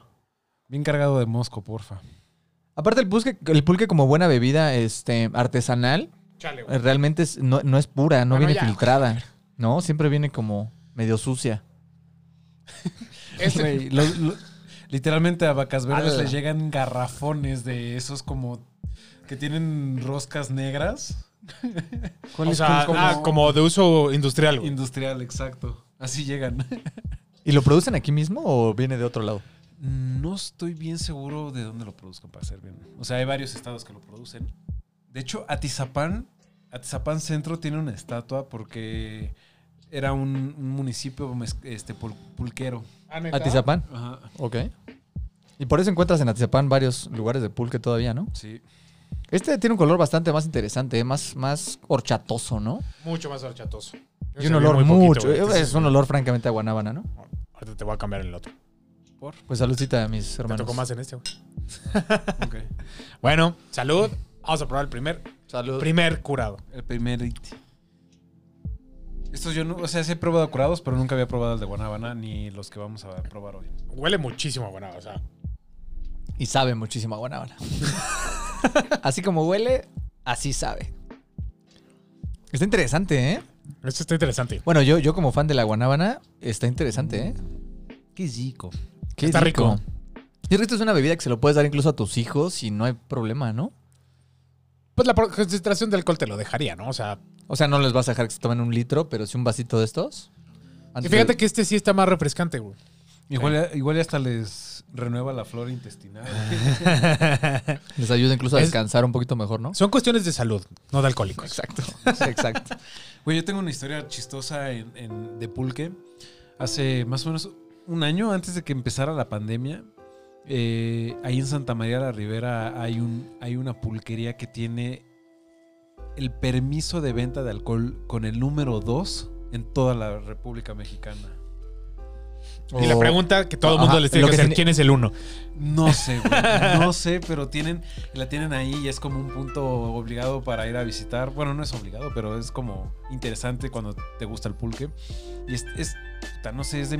[SPEAKER 2] Bien cargado de mosco,
[SPEAKER 5] [laughs]
[SPEAKER 2] porfa.
[SPEAKER 5] Aparte, el pulque, el pulque como buena bebida este, artesanal,
[SPEAKER 3] Chale, güey.
[SPEAKER 5] realmente es- no, no es pura, no
[SPEAKER 2] Ah,
[SPEAKER 3] Bueno,
[SPEAKER 5] viene
[SPEAKER 3] ya,
[SPEAKER 2] [laughs]
[SPEAKER 3] güey.
[SPEAKER 5] filtrada. No, siempre viene como medio sucia.
[SPEAKER 3] Este,
[SPEAKER 2] Güey, lo- lo- literalmente a vacas verdes
[SPEAKER 5] Ala.
[SPEAKER 2] le llegan garrafones de esos como que tienen roscas negras.
[SPEAKER 3] o sea, ah, como, de uso industrial, güey.
[SPEAKER 2] Industrial, exacto. Así llegan.
[SPEAKER 5] ¿Y lo producen aquí mismo o viene de otro lado?
[SPEAKER 2] No estoy bien seguro de dónde lo produzcan para ser bien. O sea, hay varios estados que lo producen. De hecho, Atizapán, Atizapán Centro tiene una estatua porque era un, un municipio mez- este, pul- pulquero.
[SPEAKER 3] Ah, ¿neta?
[SPEAKER 5] Atizapán.
[SPEAKER 2] Ajá.
[SPEAKER 5] Ok. Y por eso encuentras en Atizapán varios lugares de pulque todavía, ¿no?
[SPEAKER 2] Sí.
[SPEAKER 5] Este tiene un color bastante más interesante, ¿eh? más, más horchatoso, ¿no?
[SPEAKER 3] Mucho más horchatoso.
[SPEAKER 5] Y
[SPEAKER 3] Se
[SPEAKER 5] un
[SPEAKER 3] vio muy
[SPEAKER 5] olor
[SPEAKER 3] poquito,
[SPEAKER 5] mucho. eh,
[SPEAKER 3] güey. Este
[SPEAKER 5] es
[SPEAKER 3] sí-
[SPEAKER 5] un olor francamente a guanábana, ¿no?
[SPEAKER 3] Ahorita te voy a cambiar el otro.
[SPEAKER 2] Por.
[SPEAKER 5] Pues saludcita a mis
[SPEAKER 3] Te
[SPEAKER 5] hermanos.
[SPEAKER 3] tocó más en este, güey.
[SPEAKER 2] Ok.
[SPEAKER 3] Bueno, salud. Vamos a probar el primer,
[SPEAKER 5] Salud.
[SPEAKER 3] primer curado.
[SPEAKER 2] [laughs] El primer IT. Estos yo no, o sea, sí he probado curados, pero nunca había probado el de Guanábana ni los que vamos a probar hoy.
[SPEAKER 3] Huele muchísimo, bueno, o sea.
[SPEAKER 5] Y sabe muchísimo a guanábana.
[SPEAKER 3] [laughs]
[SPEAKER 5] así como huele, así sabe. Está interesante, ¿eh?
[SPEAKER 3] Esto está interesante.
[SPEAKER 5] Bueno, yo, yo como fan de la guanábana, está interesante, ¿eh?
[SPEAKER 2] Qué rico.
[SPEAKER 5] Qué
[SPEAKER 3] Está rico.
[SPEAKER 5] Y el resto es una bebida que se lo puedes dar incluso a tus hijos y no hay problema, ¿no?
[SPEAKER 3] Pues la pro- concentración de alcohol te lo dejaría, ¿no? O sea,
[SPEAKER 5] O sea, no les vas a dejar que se tomen un litro, pero sí un vasito de estos.
[SPEAKER 3] y
[SPEAKER 5] Antes
[SPEAKER 3] fíjate
[SPEAKER 5] de-
[SPEAKER 3] que este sí está más refrescante, güey.
[SPEAKER 2] Igual, ya- igual ya hasta les renueva la flora intestinal.
[SPEAKER 5] les ayuda incluso a
[SPEAKER 3] Es-
[SPEAKER 5] descansar un poquito mejor, ¿no?
[SPEAKER 3] Son cuestiones de salud, no de alcohólicos.
[SPEAKER 5] Exacto, exacto.
[SPEAKER 2] Güey, yo tengo una historia chistosa en, en- de pulque. Hace más o menos un año antes de que empezara la pandemia, eh, ahí en Santa María la Ribera hay, un, hay una pulquería que tiene el permiso de venta de alcohol con el número 2 en toda la República Mexicana.
[SPEAKER 3] Y la
[SPEAKER 5] O-
[SPEAKER 3] pregunta que todo el
[SPEAKER 5] Ajá,
[SPEAKER 3] mundo les tiene
[SPEAKER 5] lo
[SPEAKER 3] que,
[SPEAKER 5] que
[SPEAKER 3] hacer,
[SPEAKER 5] signi-
[SPEAKER 3] ¿quién es el uno?
[SPEAKER 2] No sé, güey, no sé, pero tienen, la tienen ahí y es como un punto obligado para ir a visitar. Bueno, no es obligado, pero es como interesante cuando te gusta el pulque. Y es, es, puta, no sé, es de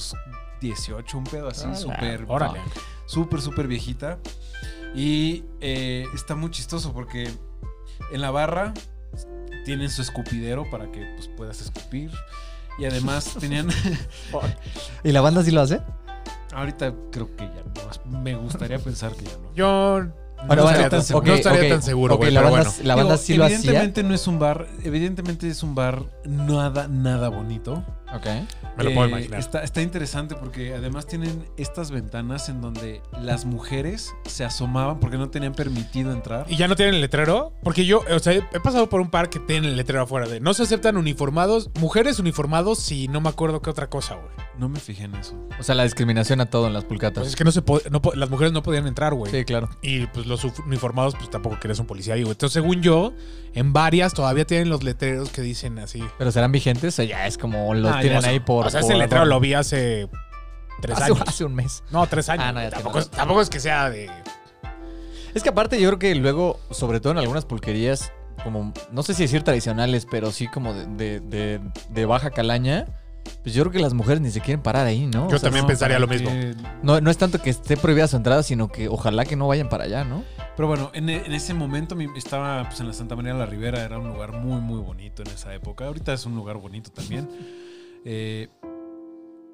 [SPEAKER 2] 1918, un pedo así,
[SPEAKER 5] Ah,
[SPEAKER 2] súper,
[SPEAKER 3] Órale.
[SPEAKER 2] súper, súper viejita. Y eh, está muy chistoso porque en la barra tienen su escupidero para que pues, puedas escupir. Y además tenían...
[SPEAKER 5] [laughs]
[SPEAKER 2] [laughs]
[SPEAKER 5] ¿Y la banda sí lo hace?
[SPEAKER 2] Ahorita creo que ya no. Me gustaría pensar que ya no.
[SPEAKER 3] Yo
[SPEAKER 2] Bueno,
[SPEAKER 3] no
[SPEAKER 2] bueno,
[SPEAKER 3] estaría tan
[SPEAKER 2] ok,
[SPEAKER 3] seguro. no estaría
[SPEAKER 5] ok,
[SPEAKER 3] tan seguro,
[SPEAKER 5] ok,
[SPEAKER 3] güey,
[SPEAKER 5] la
[SPEAKER 3] pero
[SPEAKER 5] banda,
[SPEAKER 3] bueno.
[SPEAKER 5] la banda
[SPEAKER 2] Digo,
[SPEAKER 5] sí lo hacía.
[SPEAKER 2] Evidentemente no es un bar, evidentemente es un bar nada, nada bonito.
[SPEAKER 5] Ok.
[SPEAKER 3] Me lo puedo
[SPEAKER 2] Eh,
[SPEAKER 3] imaginar.
[SPEAKER 2] Está, está interesante porque además tienen estas ventanas en donde las mujeres se asomaban porque no tenían permitido entrar.
[SPEAKER 3] ¿Y ya no tienen el letrero? Porque yo, o sea, he pasado por un par que tienen el letrero afuera de no se aceptan uniformados, mujeres uniformados y no me acuerdo qué otra cosa, güey.
[SPEAKER 2] No me fijé en eso.
[SPEAKER 5] O sea, la discriminación a todo en las pulcatas.
[SPEAKER 3] Pues es que no se po- no po- las mujeres no podían entrar, güey.
[SPEAKER 5] sí, claro.
[SPEAKER 3] Y pues los uf- uniformados, pues tampoco querías un policía ahí, güey. Entonces, según yo, en varias todavía tienen los letreros que dicen así.
[SPEAKER 5] Pero serán vigentes, o ya es como los
[SPEAKER 3] Ah, ya
[SPEAKER 5] tienen
[SPEAKER 3] sé.
[SPEAKER 5] ahí por.
[SPEAKER 3] o sea, ese
[SPEAKER 5] por-
[SPEAKER 3] letrero lo vi hace tres
[SPEAKER 5] hace,
[SPEAKER 3] años.
[SPEAKER 5] hace un mes.
[SPEAKER 3] No, tres años.
[SPEAKER 5] Ah, no, ya
[SPEAKER 3] tampoco,
[SPEAKER 5] tiene-
[SPEAKER 3] es, tampoco es que sea de.
[SPEAKER 5] Es que aparte, yo creo que luego, sobre todo en algunas pulquerías, como, no sé si decir tradicionales, pero sí como de, de- de- de baja calaña, pues yo creo que las mujeres ni se quieren parar ahí, ¿no?
[SPEAKER 3] Yo también pensaría
[SPEAKER 2] para
[SPEAKER 3] lo mismo.
[SPEAKER 2] que-
[SPEAKER 5] No, no es tanto que esté prohibida su entrada, sino que ojalá que no vayan para allá, ¿no?
[SPEAKER 2] Pero bueno, en, e- en ese momento mi- estaba pues, en la Santa María de la Ribera, era un lugar muy, muy bonito en esa época. Ahorita es un lugar bonito también. Eh,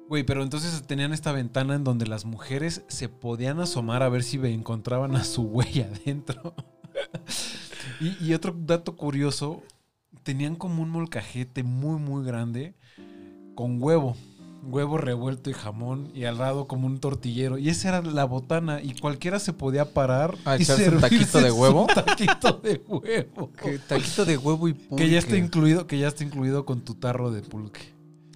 [SPEAKER 2] Güey, pero entonces tenían esta ventana en donde las mujeres se podían asomar a ver si ve- encontraban a su güey [laughs] adentro. y, y otro dato curioso, tenían como un molcajete muy, muy grande con huevo. Huevo revuelto y jamón y al lado como un tortillero. Y esa era la botana y cualquiera se podía parar
[SPEAKER 5] ¿A
[SPEAKER 2] y
[SPEAKER 5] echarse un taquito
[SPEAKER 2] servirse
[SPEAKER 5] de huevo?
[SPEAKER 2] su [laughs] taquito de huevo.
[SPEAKER 5] Que taquito de huevo y pulque.
[SPEAKER 2] Que ya está incluido, que ya está incluido con tu tarro de pulque.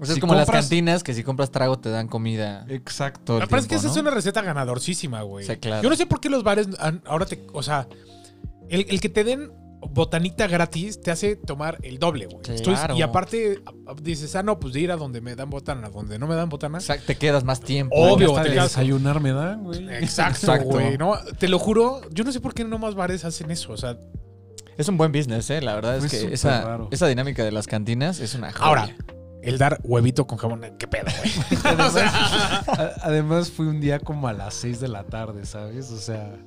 [SPEAKER 5] O sea, es
[SPEAKER 2] Si
[SPEAKER 5] como las
[SPEAKER 2] compras- Eh,
[SPEAKER 5] cantinas que si compras trago te dan comida.
[SPEAKER 2] Exacto.
[SPEAKER 5] Todo el
[SPEAKER 3] Me parece que
[SPEAKER 5] tiempo,
[SPEAKER 3] esa es
[SPEAKER 5] ¿no?
[SPEAKER 3] una receta ganadorcísima, güey.
[SPEAKER 5] Sí, claro.
[SPEAKER 3] Yo no sé por qué los bares han- ahora te. O sea, el, el que te den botanita gratis te hace tomar el doble, güey. Entonces,
[SPEAKER 5] Claro.
[SPEAKER 3] Y aparte a- a- dices, ah, no, pues de ir a donde me dan botana, donde no me dan botana.
[SPEAKER 5] Exacto, te quedas más tiempo.
[SPEAKER 3] Obvio,
[SPEAKER 2] Hasta
[SPEAKER 3] te
[SPEAKER 2] de
[SPEAKER 3] quedas-
[SPEAKER 2] desayunar me dan, güey.
[SPEAKER 3] Exacto,
[SPEAKER 5] Exacto.
[SPEAKER 3] güey. No, te lo juro, yo no sé por qué no más bares hacen eso. O sea,
[SPEAKER 5] Es un buen business, ¿eh? La verdad es
[SPEAKER 2] Fue
[SPEAKER 5] que
[SPEAKER 2] súper
[SPEAKER 5] esa,
[SPEAKER 2] raro.
[SPEAKER 5] esa dinámica de las cantinas es una joya.
[SPEAKER 3] ahora, el dar huevito con jamón, qué pedo, güey.
[SPEAKER 2] Además, a- además fue un día como a las 6 de la tarde, ¿sabes? O sea,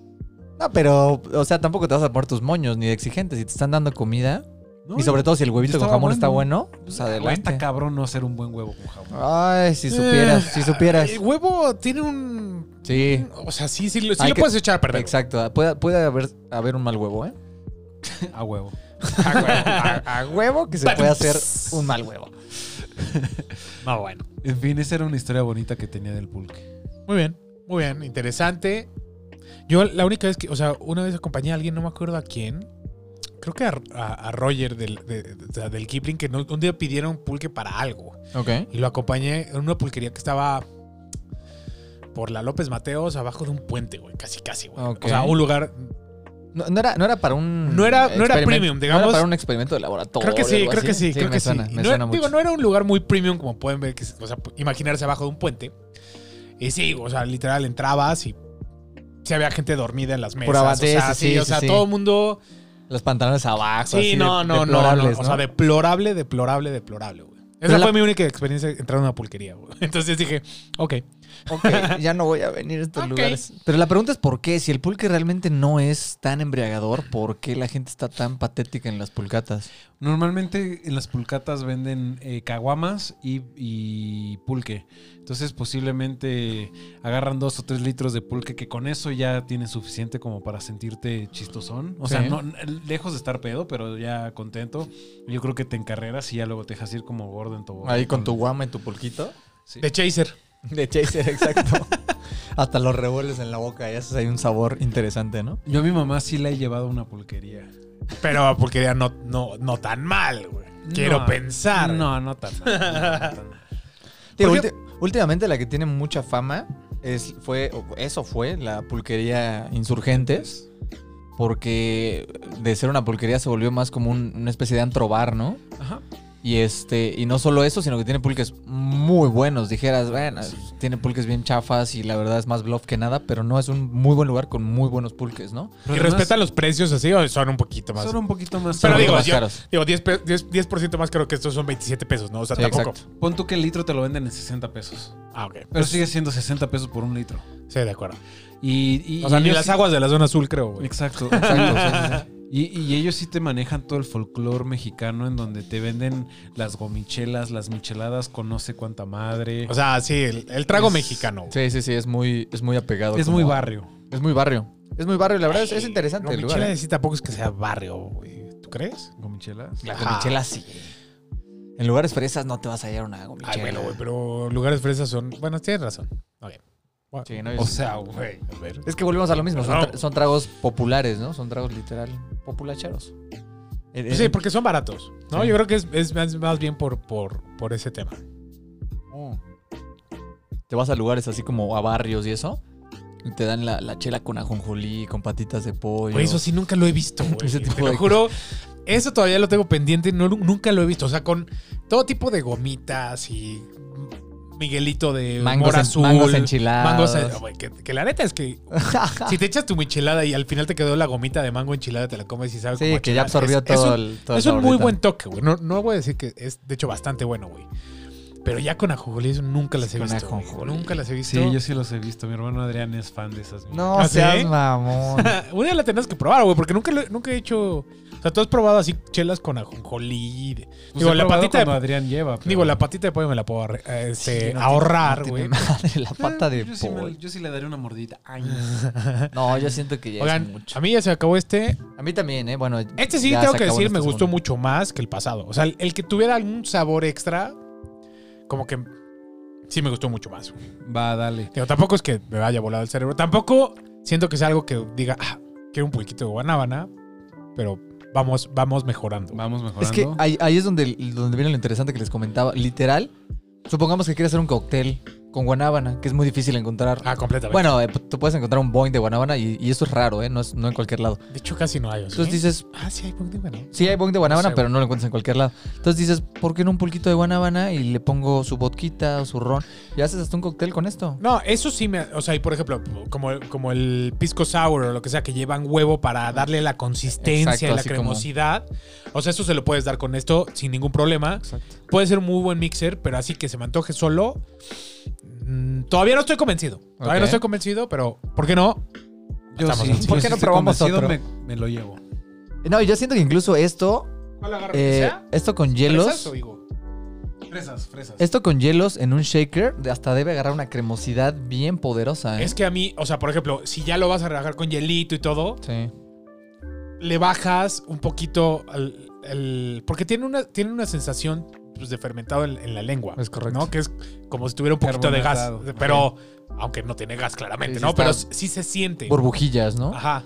[SPEAKER 5] No, pero, o sea, tampoco te vas a poner tus moños ni de exigentes. Si te están dando comida,
[SPEAKER 2] no,
[SPEAKER 5] y sobre todo si el huevito con
[SPEAKER 2] estaba
[SPEAKER 5] jamón
[SPEAKER 2] bueno. Eh,
[SPEAKER 5] está bueno, pues
[SPEAKER 2] güey,
[SPEAKER 5] adelante.
[SPEAKER 2] Está cabrón no hacer un buen huevo con jamón.
[SPEAKER 5] Ay, si supieras,
[SPEAKER 3] Eh,
[SPEAKER 5] si supieras.
[SPEAKER 3] El huevo tiene un.
[SPEAKER 5] Sí,
[SPEAKER 3] O sea, sí, sí, lo- sí
[SPEAKER 5] Hay
[SPEAKER 3] lo
[SPEAKER 5] que-
[SPEAKER 3] puedes echar a perder. [laughs]
[SPEAKER 5] exacto. Puede, puede haber, haber un mal huevo, ¿eh?
[SPEAKER 2] A huevo.
[SPEAKER 3] A huevo, a-
[SPEAKER 5] A huevo que se puede hacer un mal huevo.
[SPEAKER 3] [laughs] No, bueno.
[SPEAKER 2] En fin, esa era una historia bonita que tenía del pulque.
[SPEAKER 3] Muy bien, muy bien, interesante. Yo la única vez que, o sea, una vez acompañé a alguien, no me acuerdo a quién, creo que a, a- a Roger del, de- de- o sea, del Kipling, que no- un día pidieron pulque para algo.
[SPEAKER 5] Ok.
[SPEAKER 3] Y lo acompañé en una pulquería que estaba por la López Mateos, abajo de un puente, güey, casi, casi, güey.
[SPEAKER 5] Ok.
[SPEAKER 3] O sea, un lugar...
[SPEAKER 5] No, no era, no era para un.
[SPEAKER 3] No era- no era
[SPEAKER 5] experimento-
[SPEAKER 3] premium, digamos.
[SPEAKER 5] No era para un experimento de laboratorio.
[SPEAKER 3] Creo que sí,
[SPEAKER 5] algo
[SPEAKER 3] creo
[SPEAKER 5] así.
[SPEAKER 3] que sí, creo
[SPEAKER 5] me
[SPEAKER 3] que
[SPEAKER 5] suena,
[SPEAKER 3] sí. Y
[SPEAKER 5] Me
[SPEAKER 3] no,
[SPEAKER 5] suena
[SPEAKER 3] era-
[SPEAKER 5] mucho.
[SPEAKER 3] Digo, no era un lugar muy premium como pueden ver, que, es- o sea, imaginarse abajo de un puente. Y sí, o sea, literal entrabas y sí había gente dormida en las mesas.
[SPEAKER 5] Pura
[SPEAKER 3] o sea,
[SPEAKER 5] bate, sí,
[SPEAKER 3] sí,
[SPEAKER 5] sí,
[SPEAKER 3] o
[SPEAKER 5] sí,
[SPEAKER 3] sea,
[SPEAKER 5] sí.
[SPEAKER 3] todo el mundo...
[SPEAKER 5] Los pantalones abajo.
[SPEAKER 3] Sí,
[SPEAKER 5] así,
[SPEAKER 3] no,
[SPEAKER 5] de-
[SPEAKER 3] no, no, no,
[SPEAKER 5] deplorables,
[SPEAKER 3] O sea, deplorable, deplorable, deplorable, güey. Esa
[SPEAKER 5] Pero la-
[SPEAKER 3] [laughs] fue mi única experiencia entrando a una pulquería, güey. Entonces dije, ok,
[SPEAKER 5] [laughs] Ok, ya no voy a venir a estos
[SPEAKER 3] Ok.
[SPEAKER 5] lugares. Pero la pregunta es por qué. Si el pulque realmente no es tan embriagador, ¿por qué la gente está tan patética en las pulcatas?
[SPEAKER 2] Normalmente en las pulcatas venden eh, caguamas y, y pulque. Entonces posiblemente agarran dos o tres litros de pulque que con eso ya tienes suficiente como para sentirte chistosón. O sea,
[SPEAKER 5] Sí.
[SPEAKER 2] no, lejos de estar pedo, pero ya contento. Yo creo que te encarreras y ya luego te dejas ir como gordo en tu...
[SPEAKER 5] guama y tu pulquito.
[SPEAKER 2] Sí.
[SPEAKER 3] De Chaser.
[SPEAKER 5] De chaser, exacto. [laughs] Hasta los revuelves en la boca y haces ahí un sabor interesante, ¿no?
[SPEAKER 2] Yo a mi mamá sí la he llevado a una pulquería.
[SPEAKER 3] Pero porque ya no, no, no tan mal, güey. Quiero
[SPEAKER 2] No,
[SPEAKER 3] pensar.
[SPEAKER 2] No, no tan.
[SPEAKER 3] [laughs]
[SPEAKER 2] mal, no tan mal.
[SPEAKER 5] Digo,
[SPEAKER 3] Por
[SPEAKER 5] ulti- últimamente la que tiene mucha fama es, fue, o eso fue, la pulquería Insurgentes. Porque de ser una pulquería se volvió más como un- una especie de antro bar, ¿no?
[SPEAKER 2] Ajá.
[SPEAKER 5] Y este, y no solo eso, sino que tiene pulques muy buenos. Dijeras, bueno, tiene pulques bien chafas y la verdad es más bluff que nada, pero no es un muy buen lugar con muy buenos pulques, ¿no?
[SPEAKER 3] ¿Y
[SPEAKER 2] Pero además,
[SPEAKER 3] respetan los precios así o son un poquito más?
[SPEAKER 2] Son un poquito más...
[SPEAKER 3] Pero
[SPEAKER 5] un poquito
[SPEAKER 3] digo,
[SPEAKER 5] más
[SPEAKER 3] yo-
[SPEAKER 5] caros.
[SPEAKER 3] Digo, 10, pe- 10, 10% más creo que estos son 27 pesos, ¿no? O sea,
[SPEAKER 5] Sí,
[SPEAKER 3] tampoco.
[SPEAKER 5] exacto.
[SPEAKER 2] Pon tú que el litro te lo venden en 60 pesos.
[SPEAKER 3] Ah, ok.
[SPEAKER 2] Pero sigue siendo 60 pesos por un litro.
[SPEAKER 3] Sí, de acuerdo.
[SPEAKER 2] Y, y-
[SPEAKER 3] O sea,
[SPEAKER 2] y
[SPEAKER 3] ni
[SPEAKER 2] ellos
[SPEAKER 3] las
[SPEAKER 2] sí-
[SPEAKER 3] aguas de la zona azul, creo, güey. [laughs]
[SPEAKER 2] Exacto. exacto, sí, sí, sí. Y, y ellos sí te manejan todo el folclore mexicano en donde te venden las gomichelas, las micheladas con no sé cuánta madre.
[SPEAKER 3] O sea, sí, el, el trago
[SPEAKER 2] Es-
[SPEAKER 3] mexicano. güey.
[SPEAKER 5] Sí, sí, sí, es muy, es muy apegado.
[SPEAKER 2] es
[SPEAKER 5] como-
[SPEAKER 2] muy barrio.
[SPEAKER 5] Es muy barrio. Es muy barrio, la verdad es, es interesante
[SPEAKER 3] No,
[SPEAKER 5] el lugar.
[SPEAKER 3] Michela
[SPEAKER 5] ¿eh?
[SPEAKER 3] sí tampoco es que sea barrio, güey. ¿Tú crees?
[SPEAKER 2] ¿Gomichelas?
[SPEAKER 3] Ajá.
[SPEAKER 5] Con Michela sí. En lugares fresas no te vas a hallar una gomichela.
[SPEAKER 3] Ay, bueno, güey, pero lugares fresas son... Bueno, tienes razón. Ok. Bueno,
[SPEAKER 5] Sí, no,
[SPEAKER 2] O
[SPEAKER 5] es-
[SPEAKER 2] sea, güey.
[SPEAKER 3] a ver.
[SPEAKER 5] Es que volvemos a lo mismo, son,
[SPEAKER 3] No.
[SPEAKER 5] tra- son tragos populares, ¿no? Son tragos literal populacheros. Eh, eh,
[SPEAKER 3] Sí, porque son baratos, ¿no?
[SPEAKER 5] Sí.
[SPEAKER 3] Yo creo que es, es más, más bien por, por, por ese tema.
[SPEAKER 5] Te vas a lugares así como a barrios y eso. Y te dan la, la chela con ajonjolí, con patitas de pollo.
[SPEAKER 3] Por eso sí nunca lo he visto, güey.
[SPEAKER 5] [laughs] Ese tipo
[SPEAKER 3] Te lo
[SPEAKER 5] de
[SPEAKER 3] juro. Eso todavía lo tengo pendiente, no, nunca lo he visto. O sea, con todo tipo de gomitas y Miguelito de
[SPEAKER 5] Mangos
[SPEAKER 3] mora
[SPEAKER 5] en-
[SPEAKER 3] azul.
[SPEAKER 5] mangos enchilados.
[SPEAKER 3] mangos en- güey, que, que la neta es
[SPEAKER 5] [laughs]
[SPEAKER 3] que si te echas tu michelada y al final te quedó la gomita de mango enchilada, te la comes y sabes
[SPEAKER 5] Sí, que ya absorbió todo el. todo el
[SPEAKER 3] es un muy
[SPEAKER 5] saborcito.
[SPEAKER 3] buen toque, güey. No, no voy a decir que es, de hecho, bastante bueno, güey. Pero ya con ajonjolí, eso nunca las he
[SPEAKER 5] Con
[SPEAKER 3] visto. güey.
[SPEAKER 5] ajonjolí.
[SPEAKER 3] Nunca las he visto.
[SPEAKER 2] Sí, yo sí los he visto. Mi hermano Adrián es fan de esas.
[SPEAKER 5] No
[SPEAKER 3] ¿Ah, sí?
[SPEAKER 5] seas mamón.
[SPEAKER 3] [laughs] Una la tenés que probar, güey, porque nunca, lo- nunca he hecho. O sea, tú has probado así chelas con ajonjolí. de-
[SPEAKER 2] Pues
[SPEAKER 3] digo,
[SPEAKER 2] he
[SPEAKER 3] la
[SPEAKER 2] probado
[SPEAKER 3] patita
[SPEAKER 2] cuando
[SPEAKER 3] de,
[SPEAKER 2] Adrián lleva. pero-
[SPEAKER 3] digo, la patita de pollo me la puedo arre- eh, este,
[SPEAKER 5] Sí, no
[SPEAKER 3] ahorrar,
[SPEAKER 5] tiene-
[SPEAKER 3] güey.
[SPEAKER 5] no tiene madre, la pata de
[SPEAKER 2] Eh, yo sí, me-
[SPEAKER 5] pollo.
[SPEAKER 2] yo sí le daré una mordidita.
[SPEAKER 3] [laughs]
[SPEAKER 2] Ay,
[SPEAKER 5] No, yo siento que ya es
[SPEAKER 3] Oigan,
[SPEAKER 5] mucho.
[SPEAKER 3] a mí ya se acabó este.
[SPEAKER 5] A mí también, ¿eh? Bueno.
[SPEAKER 3] Este sí
[SPEAKER 5] ya
[SPEAKER 3] tengo
[SPEAKER 5] se
[SPEAKER 3] que
[SPEAKER 5] acabó
[SPEAKER 3] decir,
[SPEAKER 5] en
[SPEAKER 3] me
[SPEAKER 5] esta
[SPEAKER 3] gustó
[SPEAKER 5] segunda.
[SPEAKER 3] mucho más que el pasado. O sea, el, el que tuviera algún sabor extra, como que sí me gustó mucho más. güey.
[SPEAKER 2] Va, dale.
[SPEAKER 3] Digo, tampoco es que me haya volado el cerebro. Tampoco siento que sea algo que diga, ah, quiero un pulquito de guanábana, pero vamos, vamos mejorando.
[SPEAKER 2] Vamos mejorando.
[SPEAKER 5] Es que ahí, ahí es donde, donde viene lo interesante que les comentaba. Literal, supongamos que quieres hacer un cóctel con guanábana, que es muy difícil encontrar.
[SPEAKER 3] Ah, completamente.
[SPEAKER 5] Bueno, eh, tú puedes encontrar un boing de guanábana y, y eso es raro, ¿eh? No, es, no en cualquier lado.
[SPEAKER 3] de hecho, casi no hay. ¿o sí?
[SPEAKER 5] Entonces dices,
[SPEAKER 3] Ah, sí, hay pulque de guanábana.
[SPEAKER 5] sí hay boing de guanábana,
[SPEAKER 3] No sé,
[SPEAKER 5] pero no lo encuentras en cualquier lado. Entonces dices, ¿por qué no un pulquito de guanábana y le pongo su vodquita o su ron? Y haces hasta un cóctel con esto.
[SPEAKER 3] No, eso sí me. O sea, y por ejemplo, como, como el pisco sour o lo que sea, que llevan huevo para darle la consistencia
[SPEAKER 5] Exacto,
[SPEAKER 3] y la
[SPEAKER 5] así como-
[SPEAKER 3] cremosidad. O sea, eso se lo puedes dar con esto sin ningún problema.
[SPEAKER 5] Exacto.
[SPEAKER 3] Puede ser un muy buen mixer, pero así que se me antoje solo. mm, todavía no estoy convencido. Todavía
[SPEAKER 5] Ok.
[SPEAKER 3] no estoy convencido, pero ¿por qué no?
[SPEAKER 2] yo
[SPEAKER 3] Estamos
[SPEAKER 2] sí.
[SPEAKER 3] así.
[SPEAKER 5] ¿Por
[SPEAKER 2] yo
[SPEAKER 5] qué
[SPEAKER 2] sí
[SPEAKER 5] no
[SPEAKER 2] estoy
[SPEAKER 5] probamos
[SPEAKER 2] Pues este convencido,
[SPEAKER 5] otro?
[SPEAKER 2] Me, me lo llevo.
[SPEAKER 5] No, y yo siento que incluso esto,
[SPEAKER 3] ¿Cuál agarro?
[SPEAKER 5] eh, esto con hielos,
[SPEAKER 2] Fresas, fresas.
[SPEAKER 5] esto con hielos en un shaker hasta debe agarrar una cremosidad bien poderosa. ¿eh?
[SPEAKER 3] Es que a mí, o sea, por ejemplo, si ya lo vas a rebajar con hielito y todo,
[SPEAKER 5] Sí.
[SPEAKER 3] le bajas un poquito al, al- porque tiene una, tiene una sensación pues, de fermentado en, en la lengua.
[SPEAKER 5] Es correcto.
[SPEAKER 3] ¿no? Que es como si tuviera un poquito de gas.
[SPEAKER 2] Carbonatado.
[SPEAKER 3] Pero, aunque no tiene gas claramente,
[SPEAKER 5] Sí, sí
[SPEAKER 3] ¿no?
[SPEAKER 5] está-
[SPEAKER 3] Pero sí se siente.
[SPEAKER 5] Burbujillas, ¿no?
[SPEAKER 3] Ajá.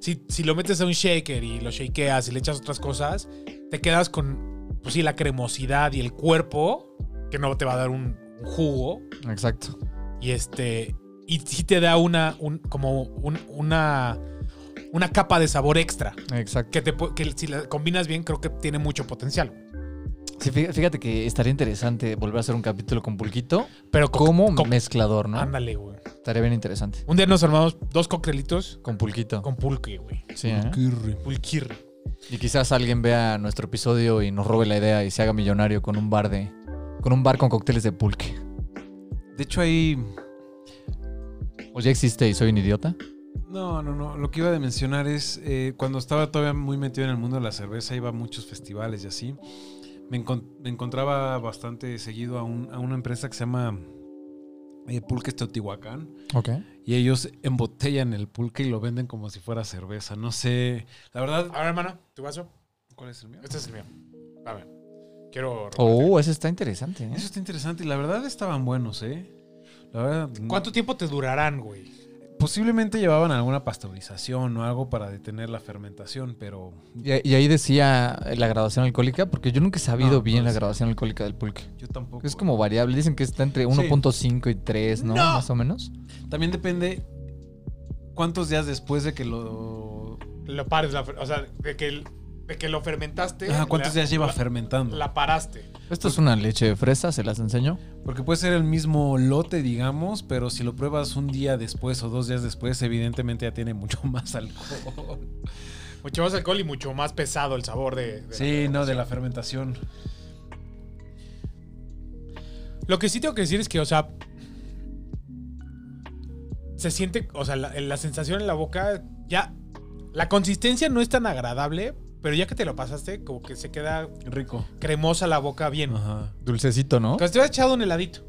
[SPEAKER 3] Si, si lo metes a un shaker y lo shakeas y le echas otras cosas, te quedas con, pues sí, la cremosidad y el cuerpo, que no te va a dar un, un jugo.
[SPEAKER 5] Exacto.
[SPEAKER 3] Y este. Y sí te da una. un- como un- una. Una capa de sabor extra
[SPEAKER 5] Exacto.
[SPEAKER 3] que, te pu- que si la combinas bien, creo que tiene mucho potencial.
[SPEAKER 5] Sí, fí- fíjate que estaría interesante volver a hacer un capítulo con Pulquito
[SPEAKER 3] Pero co-
[SPEAKER 5] como
[SPEAKER 3] co- Ah,
[SPEAKER 5] mezclador, ¿no?
[SPEAKER 3] Ándale, güey.
[SPEAKER 5] Estaría bien interesante.
[SPEAKER 3] Un día nos armamos dos coctelitos
[SPEAKER 5] Con Pulquito.
[SPEAKER 3] con pulque, güey.
[SPEAKER 5] Sí, ¿eh?
[SPEAKER 3] Pulquir.
[SPEAKER 5] Y quizás alguien vea nuestro episodio y nos robe la idea y se haga millonario con un bar de. con un bar con cócteles de pulque.
[SPEAKER 2] De hecho, hay
[SPEAKER 5] O Pues ya existe y soy un idiota.
[SPEAKER 2] No, no, no. Lo que iba a mencionar es, eh, cuando estaba todavía muy metido en el mundo de la cerveza, iba a muchos festivales y así. Me, encon- me encontraba bastante seguido a, un- a una empresa que se llama eh, Pulques Teotihuacán.
[SPEAKER 3] Ok.
[SPEAKER 2] Y ellos embotellan el pulque y lo venden como si fuera cerveza. No sé. La verdad.
[SPEAKER 3] A ver, hermano, tu vaso.
[SPEAKER 2] ¿Cuál es el mío?
[SPEAKER 3] Este es el mío. A ver. Quiero. robarte.
[SPEAKER 5] Oh, ese está interesante. ¿eh?
[SPEAKER 2] Eso está interesante. Y la verdad estaban buenos, ¿eh? La verdad. no-
[SPEAKER 3] ¿Cuánto tiempo te durarán, güey?
[SPEAKER 2] Posiblemente llevaban alguna pasteurización o algo para detener la fermentación, pero.
[SPEAKER 5] Y, y ahí decía la graduación alcohólica, porque yo nunca he sabido
[SPEAKER 2] No,
[SPEAKER 5] bien
[SPEAKER 2] no
[SPEAKER 5] la
[SPEAKER 2] sé.
[SPEAKER 5] graduación alcohólica del pulque.
[SPEAKER 2] Yo tampoco.
[SPEAKER 5] Es como variable. Dicen que está entre 1.5 y 3, ¿no?
[SPEAKER 3] No.
[SPEAKER 5] Más o menos.
[SPEAKER 2] También depende cuántos días después de que lo.
[SPEAKER 3] Lo pares, la fer- o sea, de que, el- de que lo fermentaste.
[SPEAKER 2] Ah, cuántos
[SPEAKER 3] la-
[SPEAKER 2] días lleva
[SPEAKER 3] la-
[SPEAKER 2] fermentando.
[SPEAKER 3] La paraste.
[SPEAKER 5] Esto es una leche de fresa, se las enseño.
[SPEAKER 2] Porque puede ser el mismo lote, digamos, pero si lo pruebas un día después o dos días después, evidentemente ya tiene mucho [laughs] más alcohol.
[SPEAKER 3] Mucho más alcohol y mucho más pesado el sabor de. de la
[SPEAKER 2] Sí, no, de la fermentación.
[SPEAKER 3] Lo que sí tengo que decir es que, o sea. Se siente, o sea, la, la sensación en la boca ya. La consistencia no es tan agradable, pero ya que te lo pasaste, como que se queda
[SPEAKER 2] Rico.
[SPEAKER 3] cremosa la boca bien.
[SPEAKER 2] Ajá.
[SPEAKER 5] Dulcecito, ¿no?
[SPEAKER 3] Como si te hubieras echado un heladito,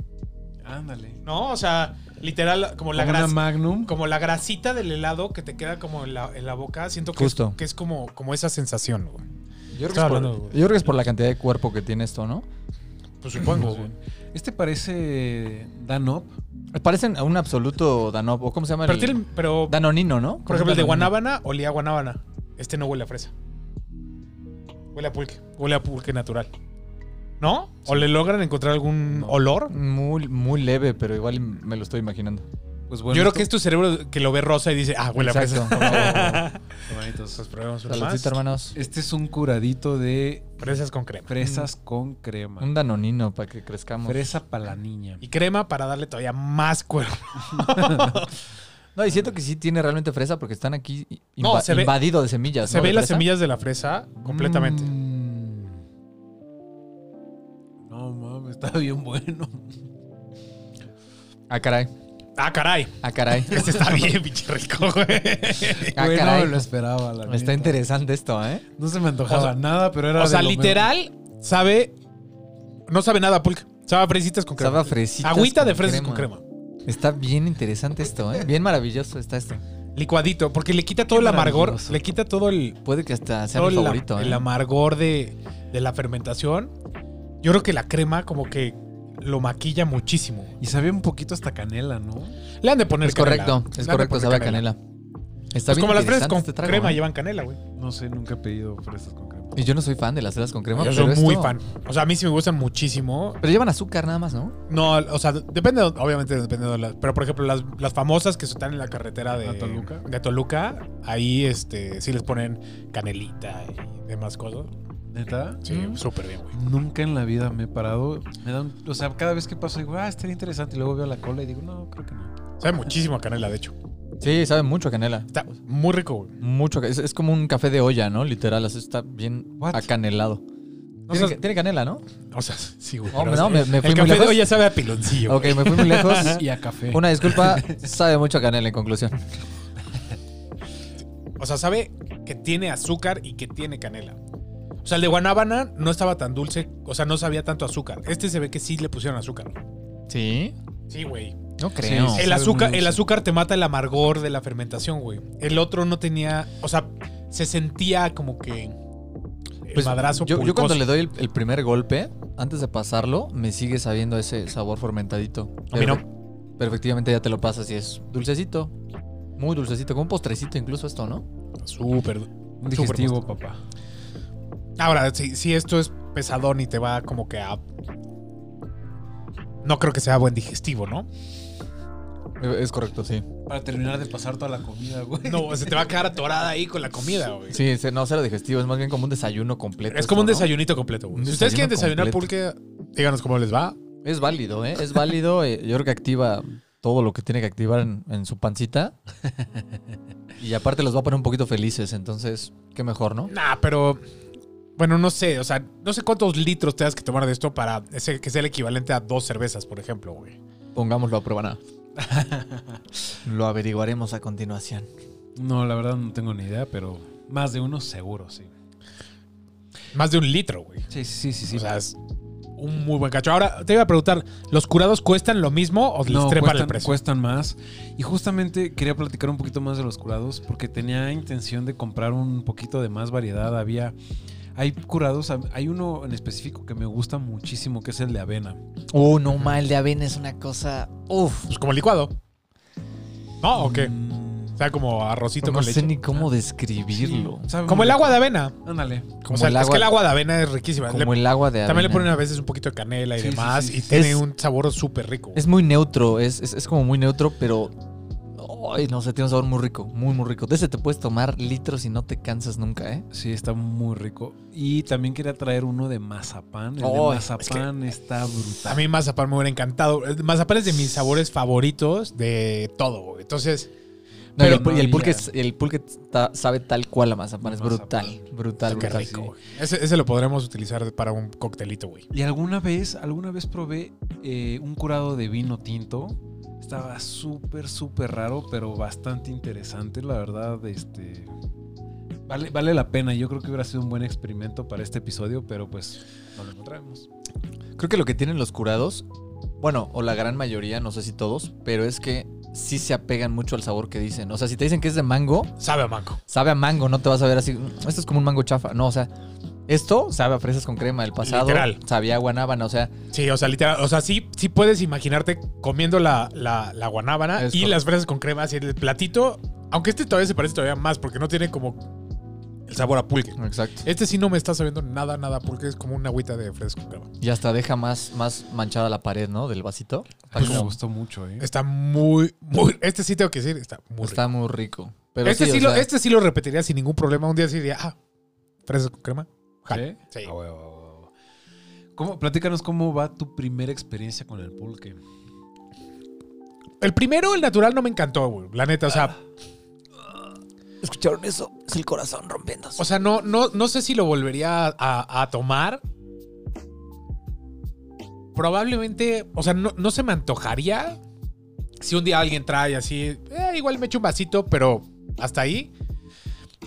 [SPEAKER 2] Ándale.
[SPEAKER 3] ¿no? O sea, literal, como la
[SPEAKER 2] Como una
[SPEAKER 3] grasa.
[SPEAKER 2] magnum.
[SPEAKER 3] Como la grasita del helado que te queda como en la, en la boca. Siento que
[SPEAKER 5] Justo.
[SPEAKER 3] es, que es como, como esa sensación, güey.
[SPEAKER 5] Yo creo, que
[SPEAKER 3] Estaba
[SPEAKER 5] es por,
[SPEAKER 3] hablando, güey.
[SPEAKER 5] yo creo que es por la cantidad de cuerpo que tiene esto, ¿no?
[SPEAKER 3] Pues supongo,
[SPEAKER 2] Más
[SPEAKER 3] güey.
[SPEAKER 2] bien. Este parece Danop.
[SPEAKER 5] Parecen a un absoluto Danop, o ¿cómo se llama?
[SPEAKER 3] Pero,
[SPEAKER 5] el-
[SPEAKER 3] tiene- pero,
[SPEAKER 5] Danonino, ¿no?
[SPEAKER 3] por ejemplo, el de
[SPEAKER 5] Danonino.
[SPEAKER 3] guanábana olía a guanábana. Este no huele a fresa. Huele a pulque. Huele a pulque natural. ¿No? ¿O le logran encontrar algún
[SPEAKER 2] No.
[SPEAKER 3] olor?
[SPEAKER 5] Muy, muy leve, pero igual me lo estoy imaginando.
[SPEAKER 2] Pues bueno.
[SPEAKER 3] Yo creo
[SPEAKER 2] esto-
[SPEAKER 3] que es tu cerebro que lo ve rosa y dice, ah, huele a fresa.
[SPEAKER 5] [laughs] Exacto.
[SPEAKER 2] Hermanitos.
[SPEAKER 3] Pues probemos uno más.
[SPEAKER 5] Saludcita, hermanos.
[SPEAKER 2] Este es un curadito de
[SPEAKER 3] [laughs] Fresas con crema.
[SPEAKER 2] fresas con crema.
[SPEAKER 5] Un danonino para que crezcamos.
[SPEAKER 2] Fresa para la niña.
[SPEAKER 3] Y crema para darle todavía más cuerpo.
[SPEAKER 5] No, y siento que sí tiene realmente fresa porque están aquí inva-
[SPEAKER 3] No, se ve-
[SPEAKER 5] invadido de semillas.
[SPEAKER 3] Se
[SPEAKER 5] ¿no?
[SPEAKER 3] ven
[SPEAKER 5] ¿De
[SPEAKER 3] las
[SPEAKER 5] fresa?
[SPEAKER 3] semillas de la fresa completamente.
[SPEAKER 2] Mm. No mames, está bien bueno.
[SPEAKER 5] Ah, caray.
[SPEAKER 3] Ah, caray.
[SPEAKER 2] [laughs]
[SPEAKER 5] Ah, caray.
[SPEAKER 3] Este
[SPEAKER 5] [laughs]
[SPEAKER 3] está bien, pinche rico, güey.
[SPEAKER 5] Ah,
[SPEAKER 2] Güey,
[SPEAKER 5] caray.
[SPEAKER 2] No me lo esperaba, la neta.
[SPEAKER 5] Está interesante esto, ¿eh?
[SPEAKER 2] No se me antojaba
[SPEAKER 3] O sea-
[SPEAKER 2] nada, pero era.
[SPEAKER 3] O
[SPEAKER 2] de
[SPEAKER 3] sea,
[SPEAKER 2] lo
[SPEAKER 3] literal, sabe. No sabe nada, pulque. Sabe a fresitas con crema.
[SPEAKER 5] Sabe a fresitas
[SPEAKER 3] Agüita
[SPEAKER 5] con
[SPEAKER 3] de fresas con crema.
[SPEAKER 5] Está bien interesante esto, ¿eh? Bien maravilloso está esto.
[SPEAKER 3] Licuadito, porque le quita todo el amargor.
[SPEAKER 2] maravilloso.
[SPEAKER 3] Le quita todo el.
[SPEAKER 5] Puede que hasta sea
[SPEAKER 3] todo
[SPEAKER 5] mi
[SPEAKER 3] el-
[SPEAKER 5] favorito, ¿eh?
[SPEAKER 3] el amargor de, de la fermentación. Yo creo que la crema, como que lo maquilla muchísimo.
[SPEAKER 2] mejor. Y sabía un poquito hasta canela, ¿no?
[SPEAKER 3] Le han de poner
[SPEAKER 5] Es
[SPEAKER 3] canela.
[SPEAKER 5] correcto,
[SPEAKER 3] Le han
[SPEAKER 5] es
[SPEAKER 3] de
[SPEAKER 5] correcto,
[SPEAKER 3] poner
[SPEAKER 5] sabe a canela. Está
[SPEAKER 3] Pues
[SPEAKER 5] bien
[SPEAKER 3] como las fresas
[SPEAKER 5] interesante
[SPEAKER 3] con
[SPEAKER 5] este trago,
[SPEAKER 3] crema
[SPEAKER 5] ¿eh?
[SPEAKER 3] llevan canela, güey.
[SPEAKER 2] No sé, nunca he pedido fresas con crema.
[SPEAKER 5] Y yo no soy fan de las fresas con crema.
[SPEAKER 3] Yo
[SPEAKER 5] pero
[SPEAKER 3] soy muy
[SPEAKER 5] esto-
[SPEAKER 3] fan. O sea, a mí sí me gustan muchísimo.
[SPEAKER 5] Pero llevan azúcar nada más, ¿no?
[SPEAKER 3] No, o sea, depende, obviamente depende de las. Pero por ejemplo, las, las famosas que están en la carretera de
[SPEAKER 2] ¿A Toluca?
[SPEAKER 3] de Toluca, ahí este, sí les ponen canelita y demás cosas.
[SPEAKER 2] ¿Neta?
[SPEAKER 3] Sí,
[SPEAKER 5] Mm.
[SPEAKER 3] súper bien, güey.
[SPEAKER 2] Nunca en la vida me he parado. Me da un- o sea, cada vez que paso digo, ah, estaría interesante. Y luego veo la cola y digo, no, creo que no.
[SPEAKER 3] Sabe muchísimo a canela, de hecho.
[SPEAKER 5] Sí, sabe mucho a canela.
[SPEAKER 3] Está muy rico, güey.
[SPEAKER 5] Mucho. ca- Es, es como un café de olla, ¿no? Literal, así está bien
[SPEAKER 2] What?
[SPEAKER 5] acanelado. Tiene,
[SPEAKER 3] seas-
[SPEAKER 5] tiene canela, ¿no?
[SPEAKER 3] O sea, sí, güey.
[SPEAKER 5] No,
[SPEAKER 3] pero
[SPEAKER 5] no, me- me fui
[SPEAKER 3] el
[SPEAKER 5] muy
[SPEAKER 3] café de
[SPEAKER 5] lejos.
[SPEAKER 3] hoy ya sabe a piloncillo.
[SPEAKER 5] Ok, me fui
[SPEAKER 3] [laughs]
[SPEAKER 5] muy lejos.
[SPEAKER 2] [laughs] Y a café.
[SPEAKER 5] Una disculpa, sabe mucho a canela en conclusión.
[SPEAKER 3] güey. O sea, sabe que tiene azúcar y que tiene canela. O sea, el de guanábana no estaba tan dulce, o sea, no sabía tanto azúcar. Este se ve que sí le pusieron azúcar.
[SPEAKER 5] ¿Sí?
[SPEAKER 3] Sí, güey.
[SPEAKER 5] No creo.
[SPEAKER 2] sí,
[SPEAKER 3] El
[SPEAKER 2] Sabe
[SPEAKER 3] azúcar,
[SPEAKER 2] muy
[SPEAKER 3] el
[SPEAKER 2] dulce.
[SPEAKER 3] azúcar te mata el amargor de la fermentación, güey. El otro no tenía. O sea, se sentía como que. El
[SPEAKER 5] Pues,
[SPEAKER 3] madrazo.
[SPEAKER 5] yo, yo cuando
[SPEAKER 3] pulcoso.
[SPEAKER 5] le doy el, el primer golpe, antes de pasarlo, me sigue sabiendo ese sabor fermentadito.
[SPEAKER 3] A mí no.
[SPEAKER 5] Perfect- Perfectivamente ya te lo pasas y es dulcecito. Muy dulcecito, como un postrecito incluso esto, ¿no?
[SPEAKER 3] Súper.
[SPEAKER 2] Un digestivo, papá.
[SPEAKER 3] Ahora, si, si esto es pesadón y te va como que a. No creo que sea buen digestivo, ¿no?
[SPEAKER 5] Es correcto, sí.
[SPEAKER 2] Para terminar de pasar toda la comida, güey.
[SPEAKER 3] No, se te va a quedar atorada ahí con la comida, güey.
[SPEAKER 5] Sí, se- no será digestivo, es más bien como un desayuno completo.
[SPEAKER 3] Es como un
[SPEAKER 5] esto, ¿no?
[SPEAKER 3] desayunito completo, güey.
[SPEAKER 5] Un
[SPEAKER 3] Si ustedes quieren
[SPEAKER 5] desayuno
[SPEAKER 3] desayunar pulque, díganos cómo les va.
[SPEAKER 5] Es válido, ¿eh? Es válido. eh, Yo creo que activa todo lo que tiene que activar en, en su [laughs] pancita. Y aparte los va a poner un poquito felices, entonces, qué mejor, ¿no?
[SPEAKER 3] Nah, pero. Bueno, no sé, o sea, no sé cuántos litros tengas que tomar de esto para ese, que sea el equivalente a dos cervezas, por ejemplo, güey.
[SPEAKER 5] Pongámoslo a prueba nada. [laughs] Lo averiguaremos a continuación.
[SPEAKER 2] No, la verdad no tengo ni idea, pero más de uno seguro, sí.
[SPEAKER 3] Más de un litro, güey.
[SPEAKER 2] Sí, sí, sí, sí.
[SPEAKER 3] o sea, es un muy buen cacho. Ahora, te iba a preguntar, ¿los curados cuestan lo mismo o Pues les
[SPEAKER 2] no,
[SPEAKER 3] trepan
[SPEAKER 2] cuestan,
[SPEAKER 3] el precio?
[SPEAKER 2] cuestan más. Y justamente quería platicar un poquito más de los curados porque tenía intención de comprar un poquito de más variedad. Había, hay curados, hay uno en específico que me gusta muchísimo, que es el de avena.
[SPEAKER 5] Uh, no mal de avena es una cosa. Uf.
[SPEAKER 3] Pues como licuado. ¿No? ¿O qué?
[SPEAKER 2] Mm,
[SPEAKER 3] O sea, como arrocito
[SPEAKER 5] No
[SPEAKER 3] con
[SPEAKER 5] sé
[SPEAKER 3] leche.
[SPEAKER 5] ni cómo describirlo.
[SPEAKER 2] sí, sabe
[SPEAKER 3] Como
[SPEAKER 2] muy
[SPEAKER 3] el agua de
[SPEAKER 2] rico.
[SPEAKER 3] avena.
[SPEAKER 2] Ándale.
[SPEAKER 5] Como
[SPEAKER 3] o sea,
[SPEAKER 5] el
[SPEAKER 3] es
[SPEAKER 5] agua-
[SPEAKER 3] que el agua de avena es riquísima. Le-
[SPEAKER 5] Como el agua de avena.
[SPEAKER 3] También le ponen a veces un poquito de canela y
[SPEAKER 2] Sí, sí,
[SPEAKER 3] demás
[SPEAKER 2] sí,
[SPEAKER 3] y
[SPEAKER 2] sí.
[SPEAKER 3] tiene
[SPEAKER 5] Es-
[SPEAKER 3] un sabor súper rico.
[SPEAKER 5] Es muy neutro, es, es- es como muy neutro, pero. Ay, no sé, tiene un sabor muy rico, muy, muy rico. De ese te puedes tomar litros y no te cansas nunca, ¿eh?
[SPEAKER 2] Sí, está muy rico. Y también quería traer uno de mazapán. El
[SPEAKER 5] Oh,
[SPEAKER 2] de
[SPEAKER 5] es que-
[SPEAKER 2] mazapán está brutal.
[SPEAKER 3] A mí mazapán me hubiera encantado. El Mazapán es de mis sabores favoritos de todo. güey. Entonces,
[SPEAKER 5] No, y
[SPEAKER 2] Pero
[SPEAKER 5] el, pu- y el
[SPEAKER 2] no
[SPEAKER 5] pulque,
[SPEAKER 2] había.
[SPEAKER 5] es- el pulque ta- sabe tal cual a mazapán, es brutal, brutal,
[SPEAKER 3] qué
[SPEAKER 5] brutal.
[SPEAKER 3] rico. güey. Ese, ese lo podremos utilizar para un coctelito, güey.
[SPEAKER 2] Y alguna vez, alguna vez probé eh, un curado de vino tinto. Estaba súper, súper raro, pero bastante interesante, la verdad, este. Vale, vale la pena. Yo creo que hubiera sido un buen experimento para este episodio, pero pues no lo encontramos.
[SPEAKER 3] Pues
[SPEAKER 5] Creo que lo que tienen los curados, bueno, o la gran mayoría, no sé si todos, pero es que sí se apegan mucho al sabor que dicen. O sea, si te dicen que es de mango,
[SPEAKER 3] Sabe a mango.
[SPEAKER 5] sabe a mango, no te vas a ver así, "Mm, esto es como un mango chafa. No, o sea, esto sabe a fresas con crema del pasado,
[SPEAKER 3] Literal.
[SPEAKER 5] sabía a guanábana, o sea,
[SPEAKER 3] Sí, o sea, literal. O sea, sí, sí puedes imaginarte comiendo la, la, la guanábana
[SPEAKER 5] Es
[SPEAKER 3] y
[SPEAKER 5] correcto.
[SPEAKER 3] las fresas con crema así en el platito. Aunque este todavía se parece todavía más porque no tiene como el sabor a pulque.
[SPEAKER 5] exacto.
[SPEAKER 3] Este sí no me está sabiendo nada, nada, porque es como una agüita de fresas con crema.
[SPEAKER 5] Y hasta deja más, más manchada la pared, ¿no? Del vasito. Está,
[SPEAKER 2] Ay, me
[SPEAKER 5] como-
[SPEAKER 2] gustó mucho, ¿eh?
[SPEAKER 3] Está muy, muy. Este sí tengo que decir, está muy
[SPEAKER 5] está muy rico.
[SPEAKER 3] rico.
[SPEAKER 5] Pero
[SPEAKER 3] este, sí,
[SPEAKER 5] o
[SPEAKER 3] lo,
[SPEAKER 5] sea,
[SPEAKER 3] este sí lo repetiría sin ningún problema. Un día sí diría, ah, fresas con crema.
[SPEAKER 2] ¿Sí?
[SPEAKER 3] Sí.
[SPEAKER 2] Ah, huevo, huevo, huevo. ¿Cómo, platícanos cómo va tu primera experiencia con el pulque.
[SPEAKER 3] El primero, el natural, no me encantó, güey. La neta, o sea,
[SPEAKER 5] ¿Escucharon eso? Es el corazón rompiéndose.
[SPEAKER 3] o sea no, no, no sé si lo volvería a, a- a tomar. Probablemente, o sea, no, no se me antojaría. Si un día alguien trae así, "Eh, igual me echo un vasito, pero hasta ahí.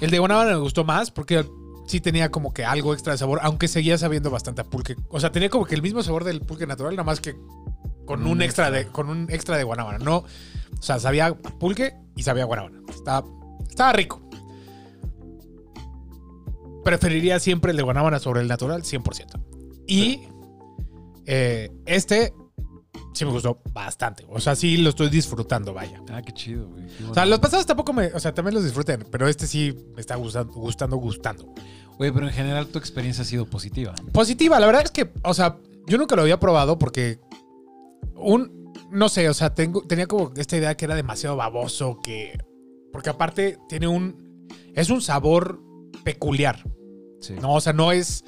[SPEAKER 3] El de Guanábana me gustó más porque sí tenía como que algo extra de sabor, aunque seguía sabiendo bastante a pulque. O sea, tenía como que el mismo sabor del pulque natural, nada más que con un extra de, con un extra de guanábana. No, o sea, sabía a pulque y sabía a guanábana. Estaba, estaba rico. Preferiría siempre el de guanábana sobre el natural, 100%. Y eh, este sí me gustó bastante. O sea, sí lo estoy disfrutando, vaya.
[SPEAKER 2] Ah, qué chido, güey. Qué
[SPEAKER 3] O sea,
[SPEAKER 2] bueno.
[SPEAKER 3] los pasados tampoco me. O sea, también los disfruten, pero este sí me está gustando, gustando, gustando.
[SPEAKER 2] Güey, pero en general tu experiencia ha sido positiva.
[SPEAKER 3] Positiva, la verdad es que, o sea, yo nunca lo había probado porque. Un. No sé, o sea, tengo, tenía como esta idea que era demasiado baboso, que. Porque aparte tiene un. Es un sabor peculiar.
[SPEAKER 2] Sí.
[SPEAKER 3] No, o sea, no es.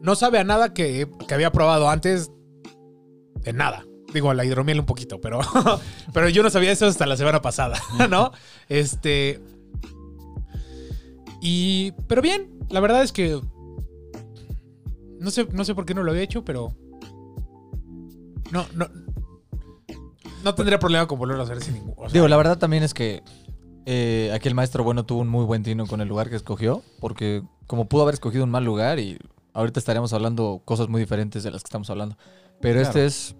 [SPEAKER 3] No sabe a nada que, que había probado antes de nada. Digo, la hidromiel un poquito, pero, [laughs] pero yo no sabía eso hasta la semana pasada, [laughs] ¿no? Este. Y. Pero bien, la verdad es que. No sé, no sé por qué no lo había hecho, pero. No, no. No tendría problema con volverlo a hacer sin ningún. o sea,
[SPEAKER 5] Digo, la verdad también es que eh, aquí el maestro bueno tuvo un muy buen tino con el lugar que escogió, porque como pudo haber escogido un mal lugar y ahorita estaríamos hablando cosas muy diferentes de las que estamos hablando. Pero este
[SPEAKER 2] Claro.
[SPEAKER 5] es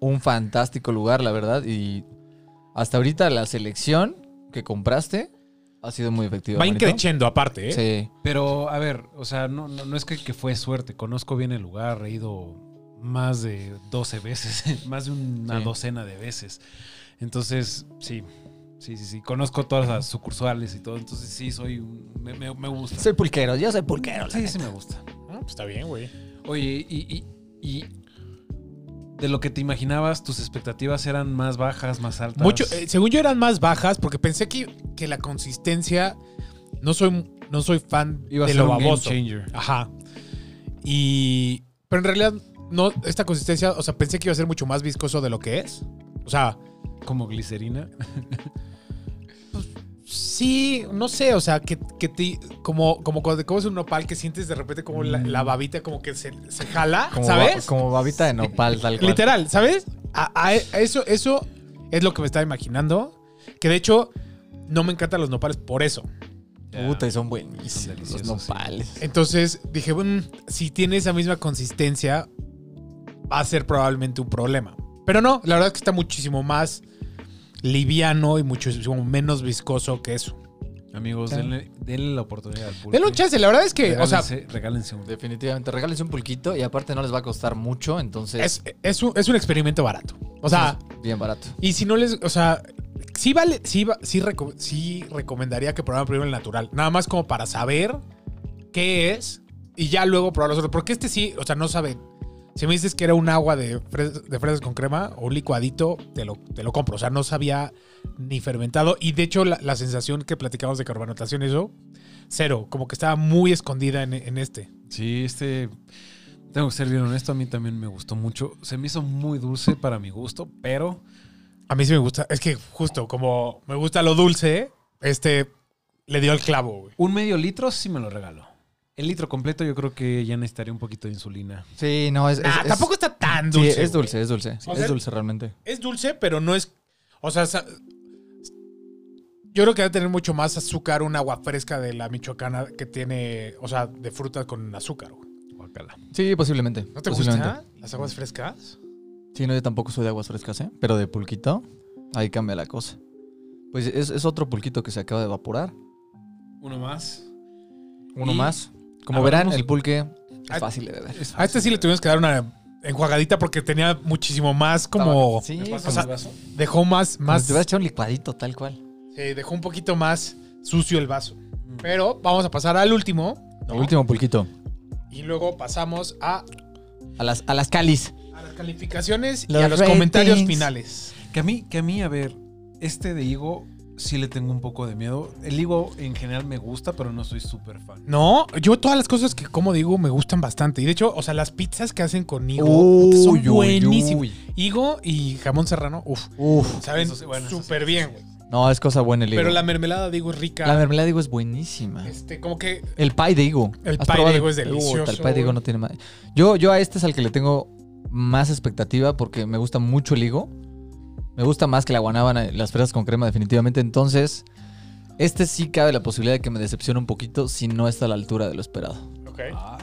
[SPEAKER 5] un fantástico lugar, la verdad, y hasta ahorita la selección que compraste ha sido muy efectiva.
[SPEAKER 3] va
[SPEAKER 5] manito.
[SPEAKER 3] increciendo aparte, ¿eh?
[SPEAKER 5] Sí.
[SPEAKER 2] Pero, a ver, o sea, no, no, no es que, que fue suerte. Conozco bien el lugar, he ido más de 12 veces, [laughs] más de una
[SPEAKER 5] Sí.
[SPEAKER 2] docena de veces. Entonces, sí, sí, sí, sí. Conozco todas las sucursales y todo. Entonces, sí, soy un- me, me- me gusta. Sí,
[SPEAKER 5] Soy pulquero, yo soy pulquero. la
[SPEAKER 2] sí,
[SPEAKER 5] neta.
[SPEAKER 2] me gusta.
[SPEAKER 3] Ah, pues está bien, güey.
[SPEAKER 2] Oye, y, y- y de lo que te imaginabas, tus expectativas eran más bajas, más altas.
[SPEAKER 3] Mucho, eh, según yo eran más bajas porque pensé que, que la consistencia no soy no soy fan
[SPEAKER 2] Iba a
[SPEAKER 3] de
[SPEAKER 2] ser
[SPEAKER 3] lo
[SPEAKER 2] un game
[SPEAKER 3] baboso.
[SPEAKER 2] changer.
[SPEAKER 3] Ajá. Y pero en realidad no esta consistencia, o sea, pensé que iba a ser mucho más viscoso de lo que es. O sea,
[SPEAKER 2] Como glicerina. [laughs]
[SPEAKER 3] sí, no sé, o sea, que, que te, como, como cuando te comes un nopal que sientes de repente como
[SPEAKER 2] Mm.
[SPEAKER 3] la, la babita como que se, se jala,
[SPEAKER 5] Como, ba-
[SPEAKER 3] ¿sabes?
[SPEAKER 5] como babita de nopal, tal cual.
[SPEAKER 3] Literal, ¿sabes? A, a- a eso, eso, Es lo que me estaba imaginando. Que de hecho, no me encantan los nopales por eso.
[SPEAKER 5] Puta, y son buenísimos los
[SPEAKER 2] deliciosos, sí.
[SPEAKER 5] nopales.
[SPEAKER 3] Entonces dije, "Mm, si tiene esa misma consistencia, va a ser probablemente un problema. Pero no, la verdad es que está muchísimo más liviano y muchísimo menos viscoso que eso.
[SPEAKER 2] Amigos, denle, denle la oportunidad al pulque.
[SPEAKER 3] Denle un chance, la verdad es que, o sea,
[SPEAKER 2] Regálense, regálense un
[SPEAKER 5] Definitivamente, regálense un pulquito y aparte no les va a costar mucho, entonces
[SPEAKER 3] es, es un, es un experimento barato. O sea,
[SPEAKER 5] bien barato.
[SPEAKER 3] y si no les, o sea, sí vale, sí, va- sí, reco- sí recomendaría que probaran primero el natural. Nada más como para saber qué es y ya luego probar los otros. Porque este sí, o sea, no saben. Si me dices que era un agua de, fres- de fresas con crema o un licuadito, te lo, te lo compro. O sea, no sabía ni fermentado. Y de hecho, la, la sensación que platicamos de carbonatación, eso, cero. Como que estaba muy escondida en, en este.
[SPEAKER 2] Sí, este. Tengo que ser bien honesto, a mí también me gustó mucho. Se me hizo muy dulce para mi gusto, pero
[SPEAKER 3] A mí sí me gusta. Es que justo como me gusta lo dulce, este le dio el clavo, güey.
[SPEAKER 2] un medio litro sí me lo regaló. El litro completo yo creo que ya necesitaría un poquito de insulina.
[SPEAKER 5] Sí, no, es,
[SPEAKER 3] Ah,
[SPEAKER 5] es- es-
[SPEAKER 3] tampoco está tan
[SPEAKER 5] sí,
[SPEAKER 3] dulce.
[SPEAKER 5] es
[SPEAKER 3] güey.
[SPEAKER 5] dulce, es dulce.
[SPEAKER 3] O
[SPEAKER 5] es
[SPEAKER 3] sea-
[SPEAKER 5] dulce realmente.
[SPEAKER 3] Es dulce, pero no es. O sea, sa- yo creo que va a tener mucho más azúcar un agua fresca de la michoacana que tiene, o sea, de frutas con azúcar. güey.
[SPEAKER 2] Guácala.
[SPEAKER 5] Sí, posiblemente.
[SPEAKER 3] ¿No te
[SPEAKER 5] posiblemente.
[SPEAKER 3] gustan las aguas frescas?
[SPEAKER 5] Sí, no, yo tampoco soy de aguas frescas, ¿eh? Pero de pulquito, ahí cambia la cosa. Pues es, es otro pulquito que se acaba de evaporar.
[SPEAKER 2] Uno más.
[SPEAKER 5] Uno
[SPEAKER 2] Y-
[SPEAKER 5] más. Como
[SPEAKER 2] a ver,
[SPEAKER 5] verán,
[SPEAKER 2] vamos-
[SPEAKER 5] el pulque
[SPEAKER 3] Ah,
[SPEAKER 5] es fácil de beber.
[SPEAKER 2] Es
[SPEAKER 3] A este sí le tuvimos que dar una enjuagadita porque tenía muchísimo más como.
[SPEAKER 5] Sí,
[SPEAKER 2] ¿Me
[SPEAKER 5] como,
[SPEAKER 2] pasas
[SPEAKER 3] o sea,
[SPEAKER 2] el vaso?
[SPEAKER 3] Dejó más,
[SPEAKER 5] como
[SPEAKER 3] más.
[SPEAKER 5] si te hubieras echado un licuadito, tal cual.
[SPEAKER 3] Sí, dejó un poquito más sucio el vaso. Pero vamos a pasar al último. ¿no?
[SPEAKER 5] El último pulquito.
[SPEAKER 3] Y luego pasamos a,
[SPEAKER 5] A las, a las calis.
[SPEAKER 3] a las calificaciones y
[SPEAKER 5] Los
[SPEAKER 3] a los comentarios
[SPEAKER 5] ratings.
[SPEAKER 3] finales.
[SPEAKER 2] Que a mí, que a mí, a ver, este de higo sí le tengo un poco de miedo. El higo en general me gusta, pero no soy súper fan.
[SPEAKER 3] No, yo todas las cosas que como digo me gustan bastante. Y de hecho, o sea, las pizzas que hacen con higo
[SPEAKER 5] Uy,
[SPEAKER 3] son
[SPEAKER 5] uy,
[SPEAKER 3] buenísimas.
[SPEAKER 5] uy.
[SPEAKER 3] Higo y jamón serrano, uff,
[SPEAKER 5] Uf.
[SPEAKER 3] saben
[SPEAKER 2] Eso sí, bueno, eso
[SPEAKER 3] súper bien, güey.
[SPEAKER 5] No, es cosa buena el higo.
[SPEAKER 3] Pero la mermelada de higo es rica.
[SPEAKER 5] La mermelada de higo es buenísima.
[SPEAKER 3] este, como que
[SPEAKER 5] El pie de higo.
[SPEAKER 3] El pie
[SPEAKER 5] ¿Has
[SPEAKER 3] de
[SPEAKER 5] probado
[SPEAKER 3] higo es
[SPEAKER 5] Puta,
[SPEAKER 3] delicioso,
[SPEAKER 5] el pie de higo
[SPEAKER 3] güey.
[SPEAKER 5] no tiene madre. Yo, yo a este es al que le tengo más expectativa porque me gusta mucho el higo. Me gusta más que la guanábana, y las fresas con crema definitivamente. Entonces, este sí cabe la posibilidad de que me decepcione un poquito si no está a la altura de lo esperado.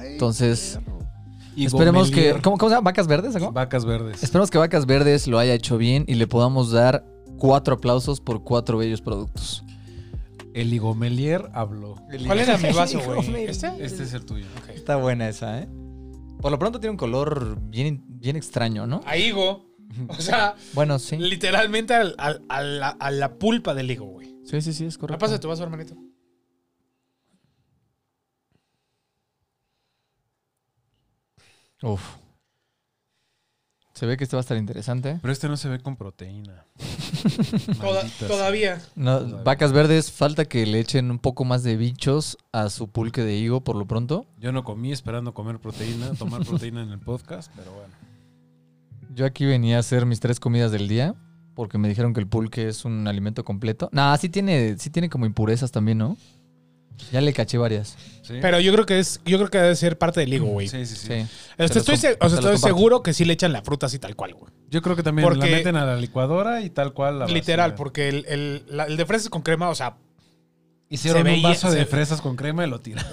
[SPEAKER 5] Entonces,
[SPEAKER 2] Higo
[SPEAKER 5] esperemos que...
[SPEAKER 2] Melier.
[SPEAKER 5] ¿cómo, cómo se llama? ¿Vacas verdes? o cómo?
[SPEAKER 2] Vacas verdes.
[SPEAKER 5] Esperemos que Vacas Verdes lo haya hecho bien y le podamos dar cuatro aplausos por cuatro bellos productos.
[SPEAKER 2] El higomelier habló.
[SPEAKER 3] ¿Cuál era mi vaso,
[SPEAKER 5] Higo
[SPEAKER 3] güey?
[SPEAKER 5] me-
[SPEAKER 3] ¿Este?
[SPEAKER 2] Este es el tuyo.
[SPEAKER 5] Está buena esa, ¿eh? Por lo pronto tiene un color bien, bien extraño, ¿no?
[SPEAKER 3] A higo. O sea,
[SPEAKER 5] Bueno, sí.
[SPEAKER 3] literalmente al- al- a, la, a la pulpa del higo, güey.
[SPEAKER 5] Sí, sí, sí, es
[SPEAKER 3] ¿Qué
[SPEAKER 5] correcto.
[SPEAKER 3] Ah, pasa tu vaso, hermanito?
[SPEAKER 5] Uf. Se ve que esto va a estar interesante.
[SPEAKER 2] Pero este no se ve con proteína.
[SPEAKER 3] [laughs] Toda-
[SPEAKER 2] Maldita sea.
[SPEAKER 3] todavía.
[SPEAKER 5] No,
[SPEAKER 2] Todavía.
[SPEAKER 5] vacas verdes, falta que le echen un poco más de bichos a su pulque de higo por lo pronto.
[SPEAKER 2] Yo no comí esperando comer proteína,
[SPEAKER 3] [laughs]
[SPEAKER 2] tomar proteína en el podcast, pero bueno.
[SPEAKER 5] Yo aquí venía a hacer mis tres comidas del día porque me dijeron que el pulque es un alimento completo. Nah, sí tiene, sí tiene como impurezas también, ¿no? Ya le caché varias.
[SPEAKER 2] Sí,
[SPEAKER 3] Pero yo creo que es, yo creo que debe ser parte del higo, güey.
[SPEAKER 2] sí, sí, sí.
[SPEAKER 5] Sí.
[SPEAKER 3] O sea,
[SPEAKER 5] Te los
[SPEAKER 3] estoy,
[SPEAKER 5] comp-
[SPEAKER 3] se- o sea,
[SPEAKER 5] te los
[SPEAKER 3] estoy
[SPEAKER 5] comparto.
[SPEAKER 3] seguro que sí le echan la fruta así tal cual, güey.
[SPEAKER 2] Yo creo que también la
[SPEAKER 3] Porque-
[SPEAKER 2] meten a la licuadora y tal cual la
[SPEAKER 3] Literal,
[SPEAKER 2] basura.
[SPEAKER 3] porque el, el- la- el de fresas con crema, o sea,
[SPEAKER 2] Hicieron
[SPEAKER 3] se
[SPEAKER 2] un
[SPEAKER 3] veía-
[SPEAKER 2] vaso de
[SPEAKER 3] [laughs] se-
[SPEAKER 2] fresas con crema y lo tiran.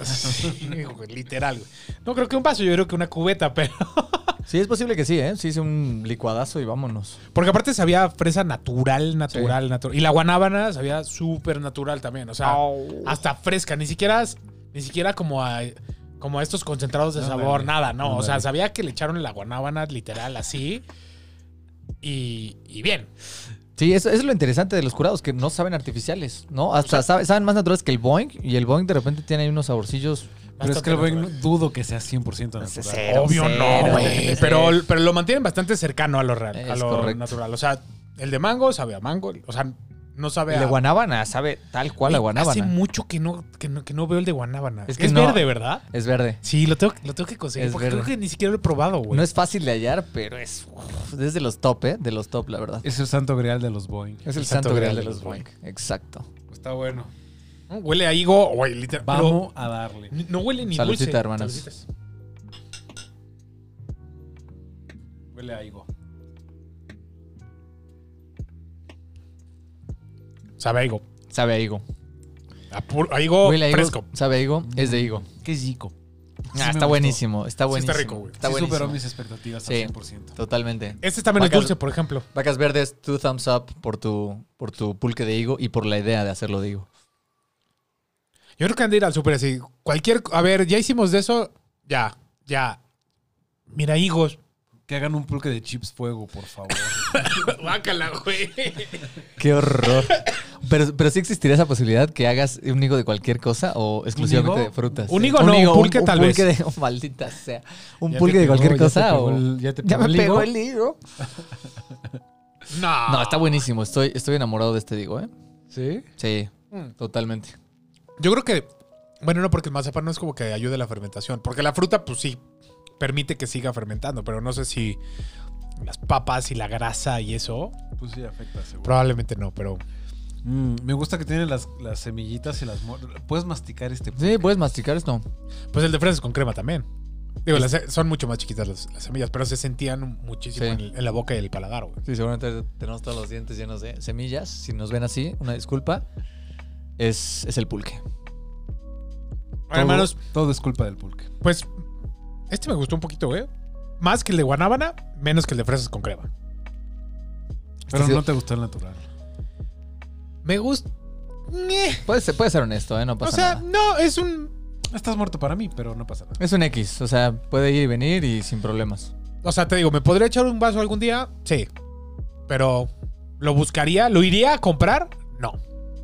[SPEAKER 3] güey, literal, güey. No creo que un vaso, yo creo que una cubeta, [laughs] pero.
[SPEAKER 5] Sí, es posible que sí, ¿eh? Sí, hice un licuadazo y vámonos.
[SPEAKER 3] Porque aparte sabía fresa natural, natural, natural. Y la guanábana sabía súper natural también. O sea,
[SPEAKER 2] Oh.
[SPEAKER 3] hasta fresca. Ni siquiera, ni siquiera como a, como a estos concentrados de
[SPEAKER 2] No,
[SPEAKER 3] sabor,
[SPEAKER 2] dale.
[SPEAKER 3] nada, no.
[SPEAKER 2] No,
[SPEAKER 3] o sea,
[SPEAKER 2] dale.
[SPEAKER 3] sabía que le echaron la guanábana literal así. Y, y bien.
[SPEAKER 5] Sí, eso, eso es lo interesante de los curados, que no saben artificiales, ¿no? Hasta sabe- saben más naturales que el Boeing y el Boeing de repente tiene ahí unos saborcillos.
[SPEAKER 2] Pero es que el
[SPEAKER 3] Bastante
[SPEAKER 2] Boeing
[SPEAKER 3] natural.
[SPEAKER 2] dudo que sea 100% natural.
[SPEAKER 3] Obvio no,
[SPEAKER 5] cero,
[SPEAKER 3] güey.
[SPEAKER 5] cero.
[SPEAKER 3] Pero, pero lo mantienen bastante cercano a lo real, a
[SPEAKER 5] Es
[SPEAKER 3] lo
[SPEAKER 5] correcto.
[SPEAKER 3] natural. O sea, el de mango sabe a mango. O sea, no sabe
[SPEAKER 5] El de
[SPEAKER 3] a.
[SPEAKER 5] guanábana sabe tal cual la
[SPEAKER 3] Güey, Hace
[SPEAKER 5] guanábana.
[SPEAKER 3] mucho que no, que no, que no veo el de guanábana.
[SPEAKER 5] Es
[SPEAKER 3] Es
[SPEAKER 5] que
[SPEAKER 3] que es
[SPEAKER 5] no.
[SPEAKER 3] verde, ¿verdad?
[SPEAKER 5] Es verde.
[SPEAKER 3] Sí, lo tengo, lo tengo que conseguir.
[SPEAKER 5] Es
[SPEAKER 3] porque
[SPEAKER 5] verde.
[SPEAKER 3] creo que ni siquiera lo he probado, güey.
[SPEAKER 5] No es fácil de hallar, pero es, uf, es de los top, ¿eh? De los top, la verdad.
[SPEAKER 2] Es el santo grial de los Boeing.
[SPEAKER 5] Es el santo grial de los Boeing. Exacto.
[SPEAKER 2] Está bueno.
[SPEAKER 3] No, Huele a higo, güey, literal. pero
[SPEAKER 2] Vamos a darle.
[SPEAKER 3] n- no huele ni
[SPEAKER 5] Saludcita,
[SPEAKER 3] dulce.
[SPEAKER 5] hermanos.
[SPEAKER 3] Saluditas.
[SPEAKER 2] Huele a higo.
[SPEAKER 3] Sabe a higo.
[SPEAKER 5] Sabe a higo.
[SPEAKER 3] A, pu- a higo
[SPEAKER 5] Huele a higo,
[SPEAKER 3] Oh, fresco.
[SPEAKER 5] Sabe a higo. Es de higo.
[SPEAKER 2] Qué rico. Sí
[SPEAKER 5] Ah,
[SPEAKER 2] me
[SPEAKER 5] está
[SPEAKER 2] gustó.
[SPEAKER 5] buenísimo. Está
[SPEAKER 3] Sí está
[SPEAKER 5] buenísimo.
[SPEAKER 3] rico, güey.
[SPEAKER 5] Está
[SPEAKER 2] sí superó
[SPEAKER 5] buenísimo.
[SPEAKER 2] mis expectativas al
[SPEAKER 5] Sí.
[SPEAKER 2] 100%.
[SPEAKER 5] Totalmente.
[SPEAKER 3] Este está menos
[SPEAKER 5] Vacas-
[SPEAKER 3] dulce, por ejemplo.
[SPEAKER 5] Vacas verdes, two thumbs up por tu, por tu pulque de higo y por la idea de hacerlo de higo.
[SPEAKER 3] Yo creo que han de ir al súper así. Cualquier. A ver, ya hicimos de eso. Ya, ya. Mira,
[SPEAKER 5] [laughs]
[SPEAKER 3] higos.
[SPEAKER 2] Que hagan un pulque de chips fuego, por
[SPEAKER 3] [laughs]
[SPEAKER 2] favor.
[SPEAKER 3] Bácala, güey.
[SPEAKER 5] Qué horror. Pero, pero sí existiría esa posibilidad que hagas un higo de cualquier cosa o exclusivamente
[SPEAKER 2] higo?
[SPEAKER 5] de frutas.
[SPEAKER 3] Un higo no, un pulque tal
[SPEAKER 5] vez. De, [laughs] oh, maldita sea. Un
[SPEAKER 2] Ya
[SPEAKER 5] pulque
[SPEAKER 2] te
[SPEAKER 5] de
[SPEAKER 2] pegó,
[SPEAKER 5] cualquier
[SPEAKER 2] ya
[SPEAKER 5] cosa
[SPEAKER 2] te pegó
[SPEAKER 5] o.
[SPEAKER 2] el- [laughs] ya te
[SPEAKER 5] Ya
[SPEAKER 2] pegó
[SPEAKER 5] me
[SPEAKER 2] el
[SPEAKER 5] pegó
[SPEAKER 2] higo.
[SPEAKER 5] el higo.
[SPEAKER 3] No.
[SPEAKER 5] No, está buenísimo. Estoy, estoy enamorado de este higo, ¿eh?
[SPEAKER 2] ¿Sí?
[SPEAKER 5] Sí,
[SPEAKER 3] Mm.
[SPEAKER 5] totalmente.
[SPEAKER 3] Yo creo que. Bueno, no, porque el mazapán no es como que ayude a la fermentación. Porque la fruta, pues sí, permite que siga fermentando. Pero no sé si las papas y la grasa y eso.
[SPEAKER 2] Pues sí, afecta, seguro.
[SPEAKER 3] Probablemente no, pero.
[SPEAKER 2] Mm, me gusta que tiene las, las semillitas y las... mor- Puedes masticar este pulque.
[SPEAKER 5] Sí, puedes masticar esto.
[SPEAKER 3] Pues el de fresas con crema también. Digo, las, son mucho más chiquitas las, las semillas, pero se sentían muchísimo
[SPEAKER 5] Sí.
[SPEAKER 3] en, el- en la boca y el paladar, güey.
[SPEAKER 5] Sí, seguramente tenemos todos los dientes llenos de semillas. Si nos ven así, una disculpa. Es, es el pulque.
[SPEAKER 3] Bueno, hermanos,
[SPEAKER 2] Todo es culpa del pulque.
[SPEAKER 3] pues este me gustó un poquito, güey. Más que el de guanábana, menos que el de fresas con crema.
[SPEAKER 2] Pero
[SPEAKER 5] sí.
[SPEAKER 2] no te gustó el natural.
[SPEAKER 3] Me gusta.
[SPEAKER 5] Puede ser, puede ser honesto, ¿eh? No
[SPEAKER 3] O
[SPEAKER 5] pasa
[SPEAKER 3] sea,
[SPEAKER 5] nada.
[SPEAKER 3] no, es un.
[SPEAKER 2] Estás muerto para mí, pero no pasa nada.
[SPEAKER 5] Es un X. O sea, puede ir y venir y sin problemas.
[SPEAKER 3] O sea, te digo, ¿me podría echar un vaso algún día? Sí. Pero ¿lo buscaría? ¿Lo iría a comprar? No.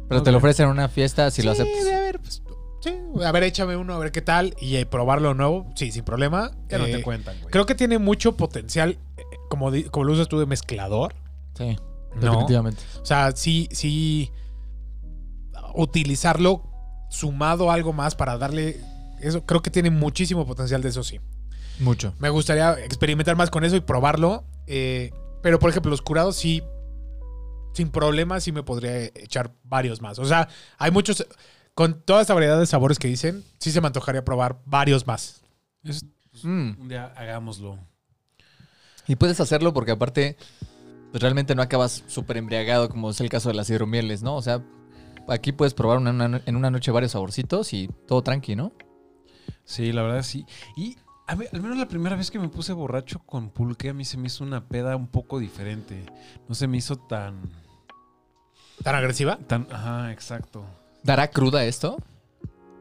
[SPEAKER 5] Pero te
[SPEAKER 2] Ok.
[SPEAKER 5] lo ofrecen en una fiesta si lo
[SPEAKER 3] Sí,
[SPEAKER 5] aceptas.
[SPEAKER 3] A ver, pues, sí. A ver, échame uno, a ver qué tal. Y eh, probarlo de nuevo. Sí, sin problema.
[SPEAKER 2] Ya no
[SPEAKER 3] Eh,
[SPEAKER 2] te cuentan, güey.
[SPEAKER 3] Creo que tiene mucho potencial, eh, como, di- como lo usas tú de mezclador.
[SPEAKER 5] Sí,
[SPEAKER 3] No.
[SPEAKER 5] definitivamente.
[SPEAKER 3] O sea, sí, sí. Utilizarlo sumado a algo más para darle. Eso creo que tiene muchísimo potencial de eso, sí.
[SPEAKER 5] Mucho.
[SPEAKER 3] Me gustaría experimentar más con eso y probarlo. eh, pero, por ejemplo, los curados sí. Sin problema, sí me podría echar varios más. O sea, hay muchos. Con toda esta variedad de sabores que dicen, sí se me antojaría probar varios más.
[SPEAKER 2] Es-
[SPEAKER 5] Mm.
[SPEAKER 2] Un día hagámoslo.
[SPEAKER 5] Y puedes hacerlo porque aparte, pues realmente no acabas súper embriagado como es el caso de las hidromieles, ¿no? O sea, aquí puedes probar una- una- en una noche varios saborcitos y todo tranqui, ¿no?
[SPEAKER 2] Sí, la verdad sí. Y a ver, al menos la primera vez que me puse borracho con pulque, a mí se me hizo una peda un poco diferente. No se me hizo tan.
[SPEAKER 3] ¿Tan agresiva?
[SPEAKER 2] tan. Ajá, exacto.
[SPEAKER 5] ¿Dará cruda esto?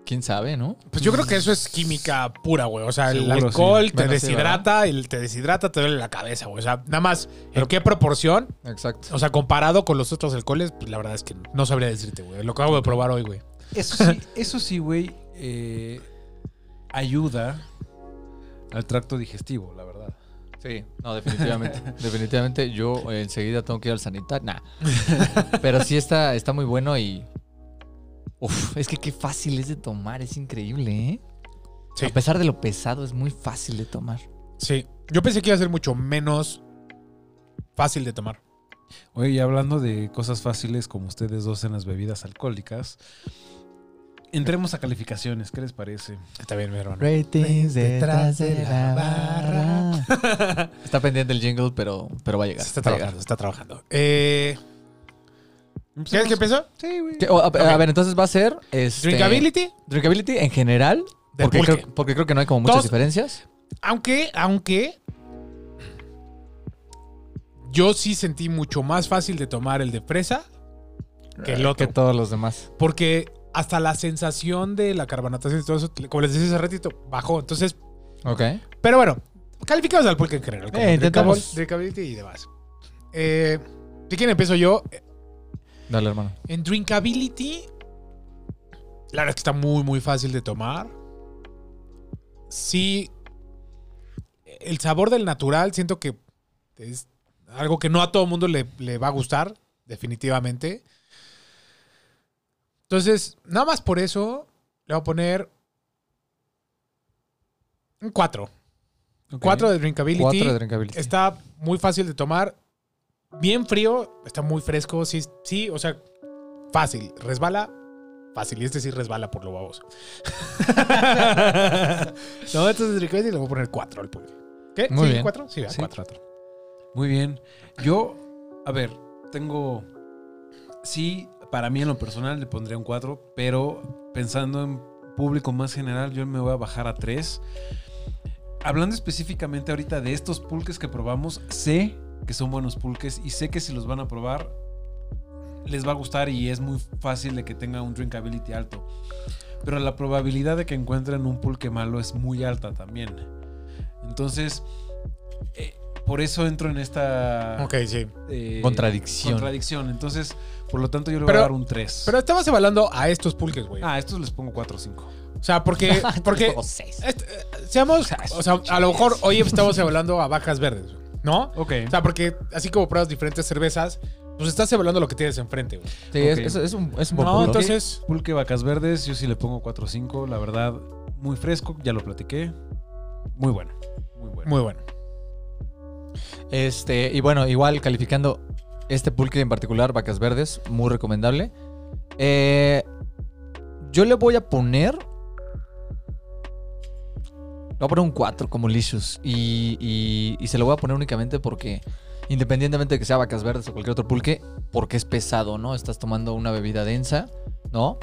[SPEAKER 5] ¿Quién sabe, no?
[SPEAKER 3] Pues yo creo que eso es química pura, güey. O sea, el
[SPEAKER 2] Seguro,
[SPEAKER 3] alcohol
[SPEAKER 5] sí.
[SPEAKER 3] te
[SPEAKER 5] Bueno, sí,
[SPEAKER 3] deshidrata, el te deshidrata, te duele la cabeza, güey. O sea, nada más, ¿en qué proporción?
[SPEAKER 5] Exacto.
[SPEAKER 3] O sea, comparado con los otros alcoholes, pues la verdad es que no sabría decirte, güey. Lo acabo de probar hoy, güey.
[SPEAKER 2] [laughs] Eso sí, eso sí, güey. eh, ayuda al tracto digestivo, la verdad.
[SPEAKER 5] Sí,
[SPEAKER 3] [laughs]
[SPEAKER 5] no, definitivamente. definitivamente yo eh, enseguida tengo que ir al sanitario. Nah. Pero sí está, está muy bueno y. Uf, es que qué fácil es de tomar, es increíble, ¿eh?
[SPEAKER 3] Sí.
[SPEAKER 5] A pesar de lo pesado, es muy fácil de tomar.
[SPEAKER 3] Sí. Yo pensé que iba a ser mucho menos fácil de tomar.
[SPEAKER 2] Oye, y hablando de cosas fáciles como ustedes dos en las bebidas alcohólicas, entremos a calificaciones. ¿Qué les parece?
[SPEAKER 3] Está bien, mi hermano.
[SPEAKER 5] Ratings
[SPEAKER 3] detrás de la barra. [laughs]
[SPEAKER 5] Está pendiente el jingle, pero, pero va a
[SPEAKER 3] Se
[SPEAKER 5] llegar.
[SPEAKER 3] está
[SPEAKER 5] va a llegar.
[SPEAKER 3] trabajando, está trabajando. Eh, ¿Quieres que empezó?
[SPEAKER 2] Sí, güey.
[SPEAKER 5] ¿Qué? O, a, a
[SPEAKER 3] Ok.
[SPEAKER 5] ver, entonces va a ser. Este,
[SPEAKER 3] Drinkability.
[SPEAKER 5] Drinkability en general.
[SPEAKER 3] Del
[SPEAKER 5] Porque
[SPEAKER 3] pulque.
[SPEAKER 5] creo, porque creo que no hay como muchas
[SPEAKER 3] Todos-
[SPEAKER 5] diferencias.
[SPEAKER 3] Aunque, aunque. Yo sí sentí mucho más fácil de tomar el de fresa que el otro.
[SPEAKER 5] Eh, Que todos los demás.
[SPEAKER 3] Porque hasta la sensación de la carbonatación y todo eso, como les decía hace ratito, bajó. Entonces,
[SPEAKER 5] Ok.
[SPEAKER 3] pero bueno, calificados al pulque en general. como
[SPEAKER 5] Eh, intentamos.
[SPEAKER 3] drinkable- Drinkability y demás. Eh, ¿De quién empiezo yo?
[SPEAKER 5] Dale, hermano.
[SPEAKER 3] En drinkability, la verdad es que está muy, muy fácil de tomar. Sí, el sabor del natural siento que es algo que no a todo mundo le, le va a gustar, definitivamente. Entonces, nada más por eso, le voy a poner un 4.
[SPEAKER 2] Ok.
[SPEAKER 3] 4 de drinkability.
[SPEAKER 5] Cuatro de drinkability.
[SPEAKER 3] Está muy fácil de tomar. Bien frío, está muy fresco. Sí, sí, o sea, fácil. Resbala, fácil. Y este sí resbala por lo baboso. no, entonces rico y le voy a poner 4 al pulque. ¿Qué?
[SPEAKER 5] Muy
[SPEAKER 3] ¿Sí?
[SPEAKER 5] bien.
[SPEAKER 3] ¿Cuatro? Sí, va,
[SPEAKER 2] Sí.
[SPEAKER 3] cuatro.
[SPEAKER 2] Muy bien. Yo, a ver, tengo. Sí, Para mí, en lo personal, le pondría un 4, pero pensando en público más general, yo me voy a bajar a 3. Hablando específicamente ahorita de estos pulques que probamos, sé que son buenos pulques y sé que si los van a probar, les va a gustar y es muy fácil de que tenga un drinkability alto. Pero la probabilidad de que encuentren un pulque malo es muy alta también. Entonces, eh, por eso entro en esta
[SPEAKER 3] Ok, sí.
[SPEAKER 2] eh,
[SPEAKER 4] Contradicción.
[SPEAKER 2] contradicción. Entonces, por lo tanto, yo le voy
[SPEAKER 3] Pero-
[SPEAKER 2] a dar un 3.
[SPEAKER 3] Pero estabas evaluando a estos pulques, güey.
[SPEAKER 2] ah, a estos les pongo 4 o 5.
[SPEAKER 3] O sea, porque. porque
[SPEAKER 5] O seis.
[SPEAKER 3] este, eh, seamos. O sea, a lo mejor hoy estamos evaluando a vacas verdes, güey, ¿no?
[SPEAKER 2] Ok.
[SPEAKER 3] O sea, porque así como pruebas diferentes cervezas, pues estás evaluando lo que tienes enfrente, güey.
[SPEAKER 5] Sí, es,
[SPEAKER 2] Ok.
[SPEAKER 5] es- es un, es un buen
[SPEAKER 3] No,
[SPEAKER 5] punto.
[SPEAKER 3] entonces.
[SPEAKER 2] Pulque Vacas Verdes, yo sí le pongo 4 o 5. La verdad, muy fresco, ya lo platiqué. Muy bueno. Muy bueno.
[SPEAKER 3] Muy bueno.
[SPEAKER 5] Este, y bueno, igual calificando este pulque en particular, Vacas Verdes, muy recomendable. Eh, yo le voy a poner. Le voy a poner un 4 como Licious. Y, y- y se lo voy a poner únicamente porque, independientemente de que sea Vacas Verdes o cualquier otro pulque, porque es pesado, ¿no? Estás tomando una bebida densa, ¿no?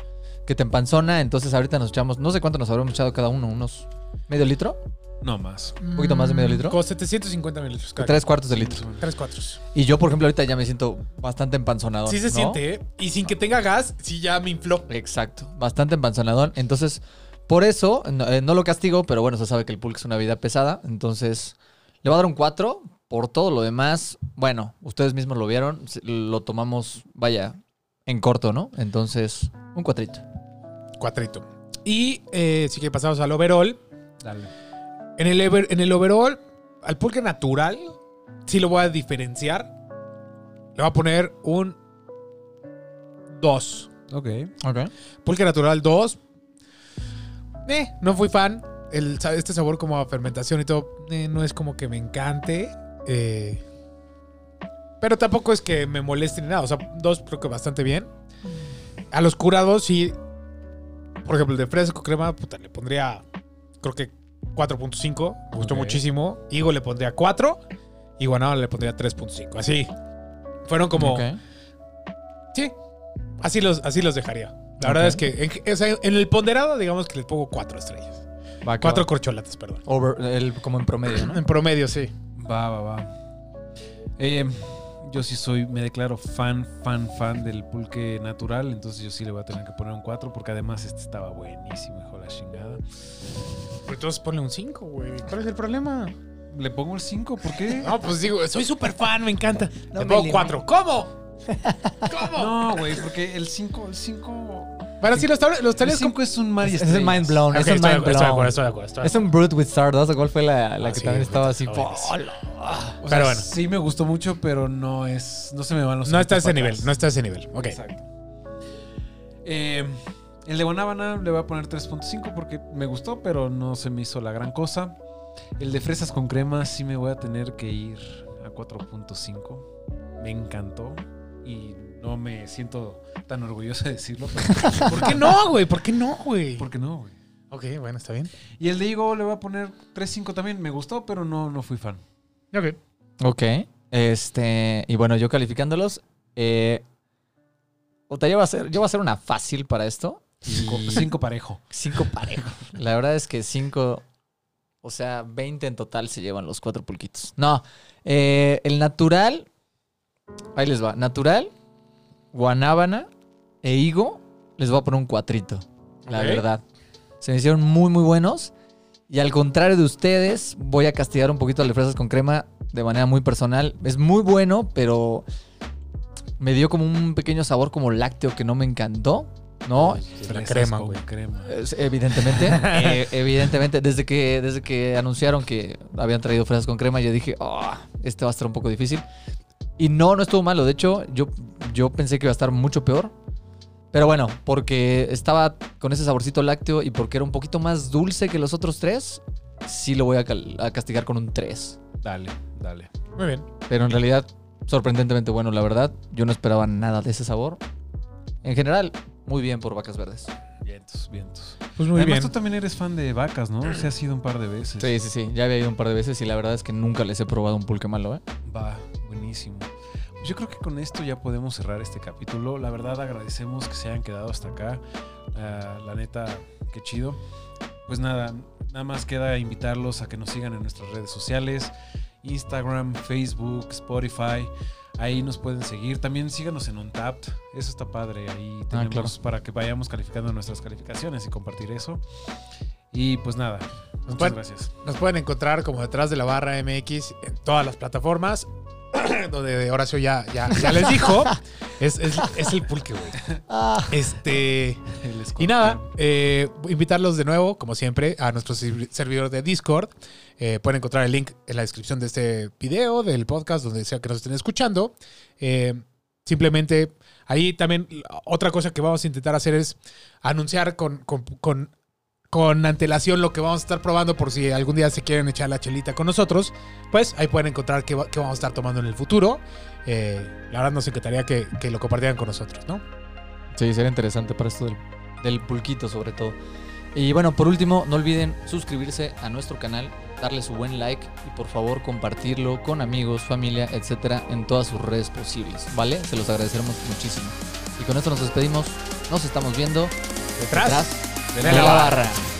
[SPEAKER 5] Que te empanzona. Entonces, ahorita nos echamos, no sé cuánto nos habremos echado cada uno, unos medio litro,
[SPEAKER 2] No más.
[SPEAKER 3] ¿Un
[SPEAKER 5] poquito más de medio litro.
[SPEAKER 3] Con 750 mililitros. cada
[SPEAKER 5] tres cuartos de
[SPEAKER 2] Sí,
[SPEAKER 5] litro.
[SPEAKER 2] más o menos.
[SPEAKER 3] 3, 4.
[SPEAKER 5] Y yo, por ejemplo, ahorita ya me siento bastante empanzonadón.
[SPEAKER 3] Sí se
[SPEAKER 5] ¿no?
[SPEAKER 3] siente, ¿eh? Y sin que tenga gas, sí ya me infló.
[SPEAKER 5] Exacto, bastante empanzonadón. Entonces, por eso, no, eh, no lo castigo, pero bueno, se sabe que el pulque es una vida pesada. Entonces, le va a dar un 4. Por todo lo demás, bueno, ustedes mismos lo vieron, se- lo tomamos, vaya, en corto, ¿no? Entonces, un cuatrito.
[SPEAKER 3] Cuatrito. Y eh, sí que pasamos al overall.
[SPEAKER 2] Dale.
[SPEAKER 3] En el, ever- en el overall, al pulque natural, sí lo voy a diferenciar. Le voy a poner un 2.
[SPEAKER 2] Ok.
[SPEAKER 5] Ok.
[SPEAKER 3] Pulque natural 2. Eh, no fui fan. El sa- este sabor como a fermentación y todo eh, no es como que me encante. Eh, pero tampoco es que me moleste ni nada. O sea, dos creo que bastante bien. A los curados sí. Por ejemplo, el de fresco crema, puta, le pondría creo que 4.5. Me gustó
[SPEAKER 2] Ok.
[SPEAKER 3] muchísimo. Higo le pondría 4. Y guanábana le pondría 3.5. Así. Fueron como...
[SPEAKER 5] Ok.
[SPEAKER 3] Sí, así los, así los dejaría. La verdad
[SPEAKER 5] Ok.
[SPEAKER 3] es que en, o sea, en el ponderado, digamos que les pongo cuatro estrellas.
[SPEAKER 5] Va, que
[SPEAKER 3] Cuatro
[SPEAKER 5] va.
[SPEAKER 3] corcholatas, perdón.
[SPEAKER 5] Over- el- como en promedio, ¿no?
[SPEAKER 3] En promedio, sí.
[SPEAKER 2] Va, va, va. Eh, yo sí soy, me declaro fan, fan, fan del pulque natural. Entonces yo sí le voy a tener que poner un 4 porque además este estaba buenísimo, hijo de la chingada.
[SPEAKER 3] Pero Pues entonces ponle un 5, güey. ¿Cuál es el problema?
[SPEAKER 2] Le pongo el 5, ¿por qué?
[SPEAKER 3] [laughs] No, pues digo, soy súper fan, me encanta.
[SPEAKER 5] No
[SPEAKER 3] Le
[SPEAKER 5] me
[SPEAKER 3] pongo
[SPEAKER 5] limo.
[SPEAKER 3] cuatro. ¿Cómo? [laughs] ¿Cómo?
[SPEAKER 2] No, güey, porque el 5, el 5...
[SPEAKER 3] Pero sí, los tableros, los
[SPEAKER 2] El
[SPEAKER 3] tableros como-
[SPEAKER 2] 5 es un este. mar y
[SPEAKER 5] Es, es
[SPEAKER 2] estrellas.
[SPEAKER 5] mind blown,
[SPEAKER 3] Ok,
[SPEAKER 5] es un mind
[SPEAKER 3] estoy, de acuerdo, estoy de acuerdo,
[SPEAKER 5] blown.
[SPEAKER 3] estoy de acuerdo. estoy de
[SPEAKER 5] Es un Brute with Stardust, ¿cuál fue la, la
[SPEAKER 3] Ah,
[SPEAKER 5] que
[SPEAKER 3] sí,
[SPEAKER 5] también estaba así?
[SPEAKER 3] acuerdo.
[SPEAKER 5] "Oh,
[SPEAKER 2] O sea,
[SPEAKER 3] Pero bueno.
[SPEAKER 2] Sí me gustó mucho, pero no es... No se me van los
[SPEAKER 3] No está a
[SPEAKER 2] ojos
[SPEAKER 3] ese
[SPEAKER 2] para
[SPEAKER 3] nivel,
[SPEAKER 2] atrás.
[SPEAKER 3] no está a ese nivel. Ok.
[SPEAKER 2] Exacto. Eh, el de Guanábana le voy a poner 3.5 porque me gustó, pero no se me hizo la gran cosa. El de fresas con crema sí me voy a tener que ir a 4.5. Me encantó y no me siento tan orgulloso de decirlo.
[SPEAKER 3] [laughs]
[SPEAKER 2] pero-
[SPEAKER 3] ¿Por qué no, güey? ¿Por qué no, güey?
[SPEAKER 2] ¿Por qué no, güey?
[SPEAKER 3] Ok, bueno, está bien.
[SPEAKER 2] Y el de Higo le voy a poner 3.5 también. Me gustó, pero no, no fui fan.
[SPEAKER 3] Ok.
[SPEAKER 5] Ok. Este. Y bueno, yo calificándolos. Eh, puta, yo voy, a hacer, yo voy a hacer una fácil para esto.
[SPEAKER 2] 5 parejo.
[SPEAKER 5] Cinco parejos. [laughs] La verdad es que cinco. O sea, 20 en total se llevan los cuatro pulquitos. No. eh, el natural. Ahí les va. Natural, guanábana e higo. Les voy a poner un cuatrito. La
[SPEAKER 3] Ok.
[SPEAKER 5] verdad. Se me hicieron muy, muy buenos. Y al contrario de ustedes, voy a castigar un poquito a las fresas con crema de manera muy personal. Es muy bueno, pero me dio como un pequeño sabor como lácteo que no me encantó, ¿no?
[SPEAKER 3] la
[SPEAKER 2] Fresas
[SPEAKER 3] crema,
[SPEAKER 2] con
[SPEAKER 3] güey.
[SPEAKER 2] crema.
[SPEAKER 5] Es- Evidentemente, eh, evidentemente, desde que, desde que anunciaron que habían traído fresas con crema, yo dije, "Ah, este va a estar un poco difícil. Y no, no estuvo malo. De hecho, yo, yo pensé que iba a estar mucho peor. Pero bueno, porque estaba con ese saborcito lácteo y porque era un poquito más dulce que los otros tres, sí lo voy a, cal- a castigar con un 3.
[SPEAKER 2] Dale, dale.
[SPEAKER 3] Muy bien.
[SPEAKER 5] Pero en realidad, sorprendentemente bueno, la verdad. Yo no esperaba nada de ese sabor. En general, muy bien por vacas verdes.
[SPEAKER 2] Vientos, vientos.
[SPEAKER 3] Pues muy
[SPEAKER 2] Además,
[SPEAKER 3] bien.
[SPEAKER 2] tú también eres fan de vacas, ¿no? Se ha sido un par de veces.
[SPEAKER 5] Sí, sí, sí. Ya había ido un par de veces y la verdad es que nunca les he probado un pulque malo, ¿eh?
[SPEAKER 2] Va, buenísimo. Yo creo que con esto ya podemos cerrar este capítulo. La verdad agradecemos que se hayan quedado hasta acá. Ah, la neta, qué chido. Pues nada, nada más queda invitarlos a que nos sigan en nuestras redes sociales. Instagram, Facebook, Spotify. Ahí nos pueden seguir. También síganos en Untapped. Eso está padre. Ahí tenemos
[SPEAKER 5] claro.
[SPEAKER 2] para que vayamos calificando nuestras calificaciones y compartir eso. Y pues nada, muchas
[SPEAKER 3] pueden-
[SPEAKER 2] gracias.
[SPEAKER 3] Nos pueden encontrar como detrás de la barra MX en todas las plataformas. [coughs] donde Horacio ya, ya, ya les dijo. es, es- es el pulque, güey. Este.
[SPEAKER 2] El
[SPEAKER 3] Y
[SPEAKER 2] escorpión.
[SPEAKER 3] nada, eh, invitarlos de nuevo, como siempre, a nuestro sir- servidor de Discord. Eh, pueden encontrar el link en la descripción de este video, del podcast, donde sea que nos estén escuchando. Eh, simplemente ahí también la- otra cosa que vamos a intentar hacer es anunciar con, con- con- con antelación lo que vamos a estar probando por si algún día se quieren echar la chelita con nosotros. Pues ahí pueden encontrar qué, va- qué vamos a estar tomando en el futuro. Eh, la verdad nos encantaría que, que lo compartieran con nosotros, ¿no?
[SPEAKER 5] Sí, sería interesante para esto del, del pulquito sobre todo. Y bueno, por último, no olviden suscribirse a nuestro canal, darle su buen like y por favor compartirlo con amigos, familia, etcétera, en todas sus redes posibles, ¿vale? Se los agradeceremos muchísimo. Y con esto nos despedimos, nos estamos viendo
[SPEAKER 3] Detrás.
[SPEAKER 5] atrás
[SPEAKER 3] de la barra.
[SPEAKER 5] barra.